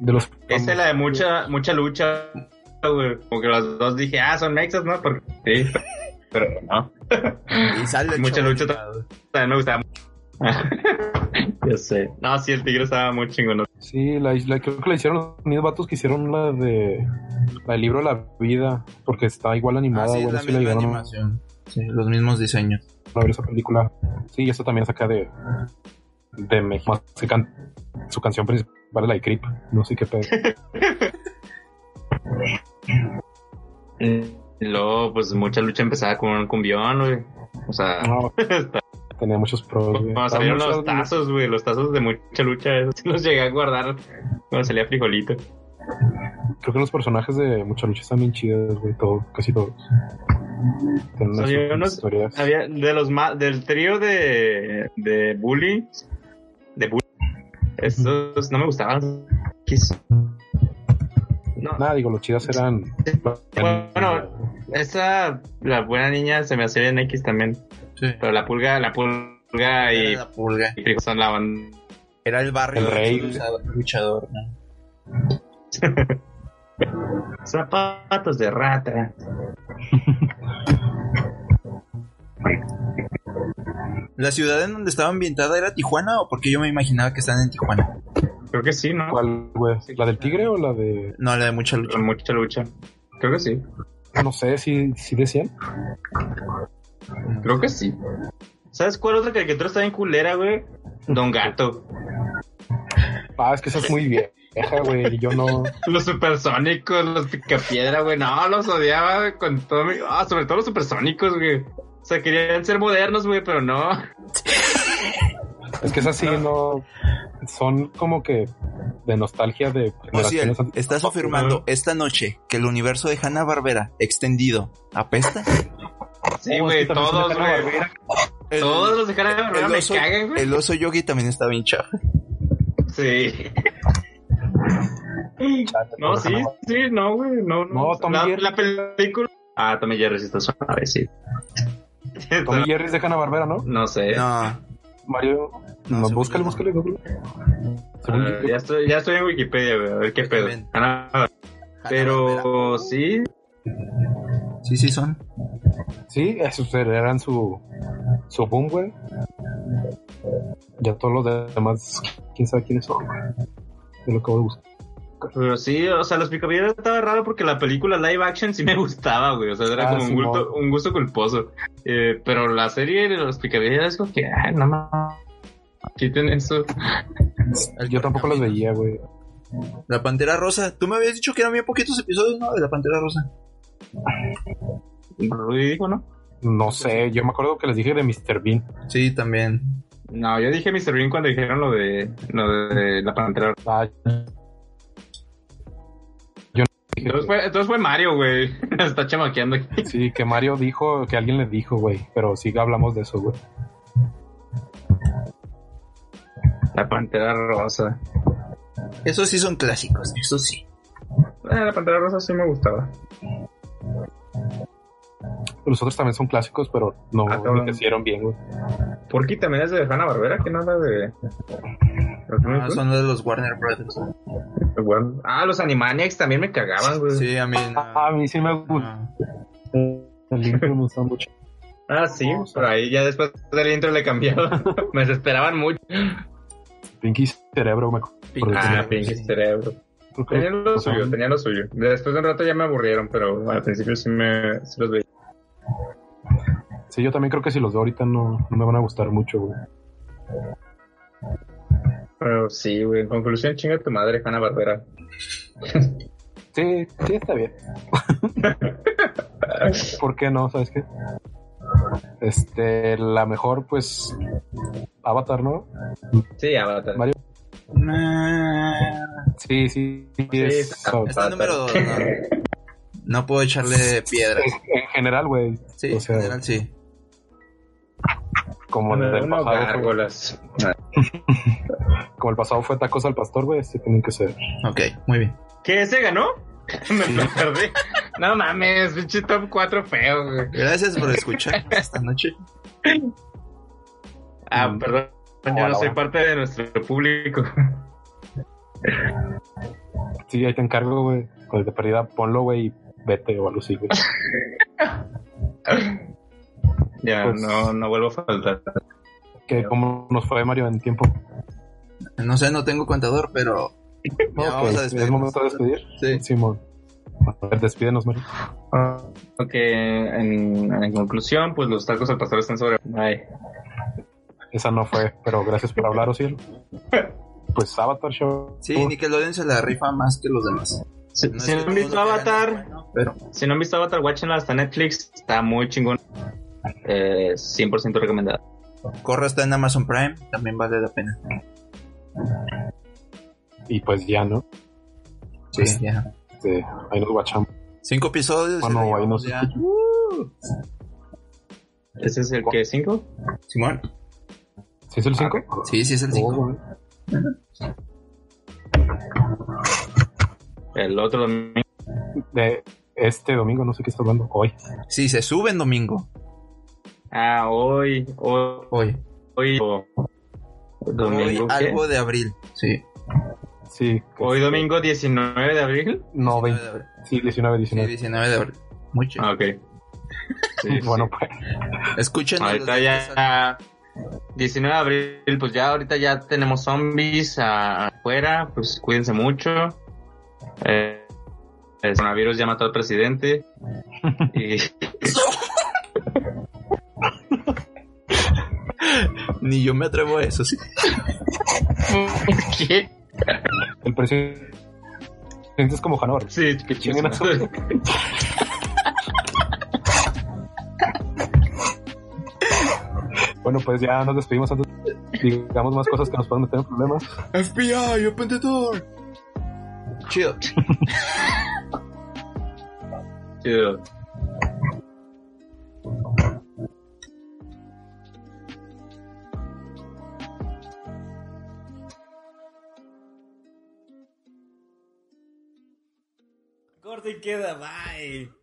Speaker 4: De los
Speaker 5: Esta es la de mucha, mucha lucha, güey. Como que los dos dije, ah, son mexas, ¿no? Porque sí, [LAUGHS] pero no.
Speaker 6: Y sale el
Speaker 5: Mucha
Speaker 6: chavo
Speaker 5: lucha
Speaker 6: animado.
Speaker 5: También me gustaba mucho. [LAUGHS] Yo sé. No, sí, el tigre estaba muy chingón.
Speaker 4: Sí, la, la- creo que la hicieron los mismos vatos que hicieron la de. La del libro de la vida. Porque está igual
Speaker 6: Ah,
Speaker 4: animada,
Speaker 6: sí,
Speaker 4: güey.
Speaker 6: es la
Speaker 4: sí
Speaker 6: misma
Speaker 4: la llegaron
Speaker 6: animación. Sí, los mismos diseños.
Speaker 4: a ver esa película. Sí, eso también es acá de. De México. Más que can- su canción principal es la de Creep. No sé qué
Speaker 5: [LAUGHS]
Speaker 4: pedo.
Speaker 5: Y Luego, pues mucha lucha empezaba con un cumbión, güey. O sea,
Speaker 4: No, tenía muchos pros, güey.
Speaker 5: Cuando
Speaker 4: Estaba
Speaker 5: salieron
Speaker 4: Ah, mucho-
Speaker 5: los tazos, güey, los tazos de mucha lucha, [LAUGHS] esos sí los llegué a guardar cuando salía frijolito.
Speaker 4: Creo que los personajes de Mucha Lucha están bien chidos, güey, todo, casi todos. Tienen
Speaker 5: Salieron
Speaker 4: unas
Speaker 5: unos-
Speaker 4: historias.
Speaker 5: Había de los ma- del trío de, de Bully, de Bully, esos no me gustaban. Quis- No,
Speaker 4: Nada, digo, los chidas eran.
Speaker 5: Bueno, esa, la buena niña se me hacía en X también,
Speaker 6: Sí.
Speaker 5: pero la pulga, la pulga y,
Speaker 6: Era la pulga.
Speaker 5: y Frijol son la banda.
Speaker 6: Era el barrio.
Speaker 4: El rey.
Speaker 6: del Luchador, ¿no?
Speaker 5: Zapatos de rata.
Speaker 6: ¿La ciudad en donde estaba ambientada era Tijuana o porque yo me imaginaba que estaban en Tijuana?
Speaker 5: Creo que sí, ¿no?
Speaker 4: ¿Cuál, güey? ¿La del tigre o la de.?
Speaker 6: No, la de mucha lucha.
Speaker 5: Mucha lucha. Creo que sí.
Speaker 4: No sé si si decían.
Speaker 5: Creo que sí. ¿Sabes cuál otra caricatura está bien culera, güey? Don Gato.
Speaker 4: Ah, es que esa es muy vieja, güey. y Yo no.
Speaker 5: Los supersónicos, los picapiedra, güey. No, los odiaba güey, con todo mi... Ah, sobre todo los supersónicos, güey. O sea, querían ser modernos, güey, pero no.
Speaker 4: Es que esas sí no. Son como que de nostalgia de.
Speaker 6: Ociel,
Speaker 4: generaciones antes-
Speaker 6: estás afirmando esta noche que el universo de Hanna-Barbera extendido apesta.
Speaker 5: Sí,
Speaker 4: Oh, es
Speaker 5: güey,
Speaker 4: que también
Speaker 5: todos,
Speaker 4: son de
Speaker 5: güey.
Speaker 4: Hanna-Barbera.
Speaker 6: El,
Speaker 5: Todos los dejaron de
Speaker 6: el
Speaker 5: Hanna-Barbera me
Speaker 6: oso,
Speaker 5: cagan, güey.
Speaker 6: el oso yogi también está bien chavo.
Speaker 5: Sí. [LAUGHS]
Speaker 4: Chale,
Speaker 5: No, sí, sí, no, güey. No, no.
Speaker 4: No, Tom
Speaker 5: la,
Speaker 4: Jerry.
Speaker 5: la película... Ah, Tommy Jerry sí está suave, sí.
Speaker 4: Tommy Jerry es de Hanna Barbera, ¿no?
Speaker 5: [LAUGHS] No sé. Ah,
Speaker 6: No,
Speaker 4: Mario.
Speaker 6: Eh. No,
Speaker 4: No,
Speaker 6: según yo
Speaker 4: búscalo,
Speaker 6: no.
Speaker 4: búscalo en Google. Según
Speaker 5: Ah,
Speaker 4: yo-
Speaker 5: ya, estoy, ya estoy en Wikipedia, güey. A ver qué pedo.
Speaker 6: Exactamente.
Speaker 5: Ah, Pero
Speaker 6: Hanna-Barbera.
Speaker 5: sí,
Speaker 6: Sí, sí son.
Speaker 4: Sí, esos eran su, su boom, güey. Ya todos los demás, quién sabe quiénes son, güey. Yo lo acabo de buscar.
Speaker 5: Pero sí, o sea, los picapiedras estaba raro porque la película live action sí me [LAUGHS] gustaba, güey. O sea, era
Speaker 4: Ah,
Speaker 5: como un
Speaker 4: Simón.
Speaker 5: gusto, un gusto culposo. Eh, pero la serie de los picapiedras es como que, ay, no mames. Quiten eso.
Speaker 4: Yo tampoco los veía, güey.
Speaker 6: La Pantera Rosa. Tú me habías dicho que eran bien poquitos episodios, ¿no? De la Pantera Rosa.
Speaker 5: Rudy dijo, ¿no?
Speaker 4: No sé, yo me acuerdo que les dije de Mr. Bean.
Speaker 6: Sí, también.
Speaker 5: No, yo dije Mr. Bean cuando dijeron lo de, lo de la pantera.
Speaker 4: Ah, yo no
Speaker 5: Entonces fue, entonces fue Mario, güey. [LAUGHS] Nos está chamaqueando aquí.
Speaker 4: Sí, que Mario dijo, que alguien le dijo, güey. Pero sí hablamos de eso, güey.
Speaker 5: La pantera rosa.
Speaker 6: Esos sí son clásicos, eso sí.
Speaker 5: Eh, la pantera rosa sí me gustaba.
Speaker 4: Los otros también son clásicos, pero no
Speaker 5: Ah, cabrón.
Speaker 4: envejecieron bien, güey.
Speaker 5: Porky también es de Hanna Barbera, que nada de.
Speaker 6: Ah, son de los Warner Brothers.
Speaker 5: Ah, los Animaniacs también me cagaban, güey.
Speaker 6: Sí, a mí.
Speaker 5: Ah.
Speaker 6: Ah,
Speaker 4: A mí sí me gusta.
Speaker 6: no.
Speaker 4: El intro me gusta mucho.
Speaker 5: Ah, sí,
Speaker 4: No, o sea-
Speaker 5: pero ahí ya después del intro le
Speaker 6: [LAUGHS]
Speaker 5: cambiaba. me desesperaban mucho.
Speaker 4: Pinky Cerebro, me acuerdo.
Speaker 6: Pinky
Speaker 5: Ah,
Speaker 6: Cerebro,
Speaker 5: pinche
Speaker 6: sí.
Speaker 5: cerebro.
Speaker 4: Creo que-
Speaker 5: Tenían lo
Speaker 4: o sea,
Speaker 5: suyo, tenían lo suyo. Después de un rato ya me aburrieron, pero al principio sí me sí los veía.
Speaker 4: Sí, yo también creo que si los veo ahorita no, no me van a gustar mucho, güey.
Speaker 5: Pero sí, güey. En conclusión, chinga tu madre, Hanna Barbera.
Speaker 4: Sí, sí, está
Speaker 5: [LAUGHS]
Speaker 4: bien. ¿Por qué no? ¿Sabes qué? Este, la mejor, pues, Avatar, ¿no?
Speaker 5: Sí, Avatar.
Speaker 4: Mario,
Speaker 6: Nah,
Speaker 4: Sí, sí, sí,
Speaker 5: Sí,
Speaker 4: es
Speaker 5: está-
Speaker 4: Avatar.
Speaker 6: Está en número dos, ¿no? No puedo echarle piedra.
Speaker 4: En general, güey,
Speaker 6: Sí,
Speaker 4: O sea-
Speaker 6: en general sí.
Speaker 4: como el, del
Speaker 5: Uno,
Speaker 4: pasado fue,
Speaker 5: gárgolas.
Speaker 4: como el pasado fue tacos al pastor, güey, este tienen que ser.
Speaker 6: Ok, muy bien.
Speaker 5: ¿Qué? ¿Se ganó? [LAUGHS] me me perdí. No mames, pinche top 4 feo, güey.
Speaker 6: Gracias por escuchar esta noche.
Speaker 5: Ah,
Speaker 4: Mm.
Speaker 5: perdón. Yo
Speaker 4: Hola,
Speaker 5: no soy
Speaker 4: hola.
Speaker 5: parte de nuestro público. [LAUGHS]
Speaker 4: Sí, ahí te encargo, güey. Pues de perdida, ponlo, güey, y vete o algo así,
Speaker 5: [LAUGHS]
Speaker 4: güey.
Speaker 5: Ya,
Speaker 4: Pues-
Speaker 5: no, no vuelvo a faltar.
Speaker 4: Que como nos fue Mario en tiempo.
Speaker 6: No sé, no tengo contador, pero.
Speaker 4: No,
Speaker 6: Ya vamos
Speaker 4: pues,
Speaker 6: a despedirnos.
Speaker 4: es momento de despedir.
Speaker 6: Sí.
Speaker 4: Simón. A ver, despídenos, Mario.
Speaker 5: Ah, Ok, en, en conclusión, pues los tacos al pastor están sobre... Ay.
Speaker 4: Esa no fue, pero gracias por hablar,
Speaker 5: [LAUGHS]
Speaker 4: Ociel. Pues Avatar Show.
Speaker 6: Sí, Nickelodeon se la rifa más que los demás.
Speaker 5: Si
Speaker 6: No
Speaker 5: no,
Speaker 6: es
Speaker 5: si
Speaker 6: que
Speaker 5: no han
Speaker 6: todo
Speaker 5: visto
Speaker 6: lo que hagan es
Speaker 5: Avatar,
Speaker 6: bueno, pero
Speaker 5: si no han visto Avatar, watchenla hasta Netflix. Está muy chingón. Eh, 100% recomendada.
Speaker 6: Corra está en Amazon Prime, también vale la pena.
Speaker 4: Y pues ya, ¿no?
Speaker 6: Sí, ya.
Speaker 4: Este, ahí nos guachamos.
Speaker 6: Cinco episodios.
Speaker 4: Bueno,
Speaker 6: y la
Speaker 4: Ah, ahí
Speaker 6: llevamos
Speaker 4: nos
Speaker 6: ya.
Speaker 5: ¿Ese es el que 5?
Speaker 6: Simón.
Speaker 4: ¿Sí es el Oh, 5?
Speaker 6: Sí, sí, es Ah, el cinco.
Speaker 5: El otro domingo.
Speaker 4: de este domingo, no sé qué está hablando. Hoy.
Speaker 6: Sí, se sube en domingo.
Speaker 5: Ah, hoy, hoy,
Speaker 6: Hoy.
Speaker 5: hoy, o- domingo,
Speaker 6: Hoy,
Speaker 5: ¿qué?
Speaker 6: algo de abril. Sí.
Speaker 4: Pues Sí. que
Speaker 5: hoy
Speaker 4: es-
Speaker 5: domingo 19 de abril.
Speaker 6: 19
Speaker 4: No, 20.
Speaker 6: de abril.
Speaker 4: Sí, 19,
Speaker 6: Sí,
Speaker 4: 19.
Speaker 6: 19 de abril. Mucho.
Speaker 5: Ah, ok. Sí, sí.
Speaker 4: [LAUGHS] bueno, pues.
Speaker 6: Escuchen. a los
Speaker 5: Ahorita
Speaker 6: de-
Speaker 5: ya 19 de abril, pues ya ahorita ya tenemos zombies a- afuera, pues cuídense mucho. Eh, el coronavirus ya mató al presidente. Y [LAUGHS]
Speaker 6: Ni yo me atrevo a [LAUGHS] eso, sí.
Speaker 5: ¿Qué?
Speaker 4: El presidente es como Hanor.
Speaker 5: Sí, qué
Speaker 4: Chinguen a su-
Speaker 5: chido.
Speaker 4: Bueno, pues ya nos despedimos antes. Digamos más cosas que nos pueden meter en problemas.
Speaker 6: FBI, open the door. Chill.
Speaker 5: Chido.
Speaker 7: Corte y queda, bye.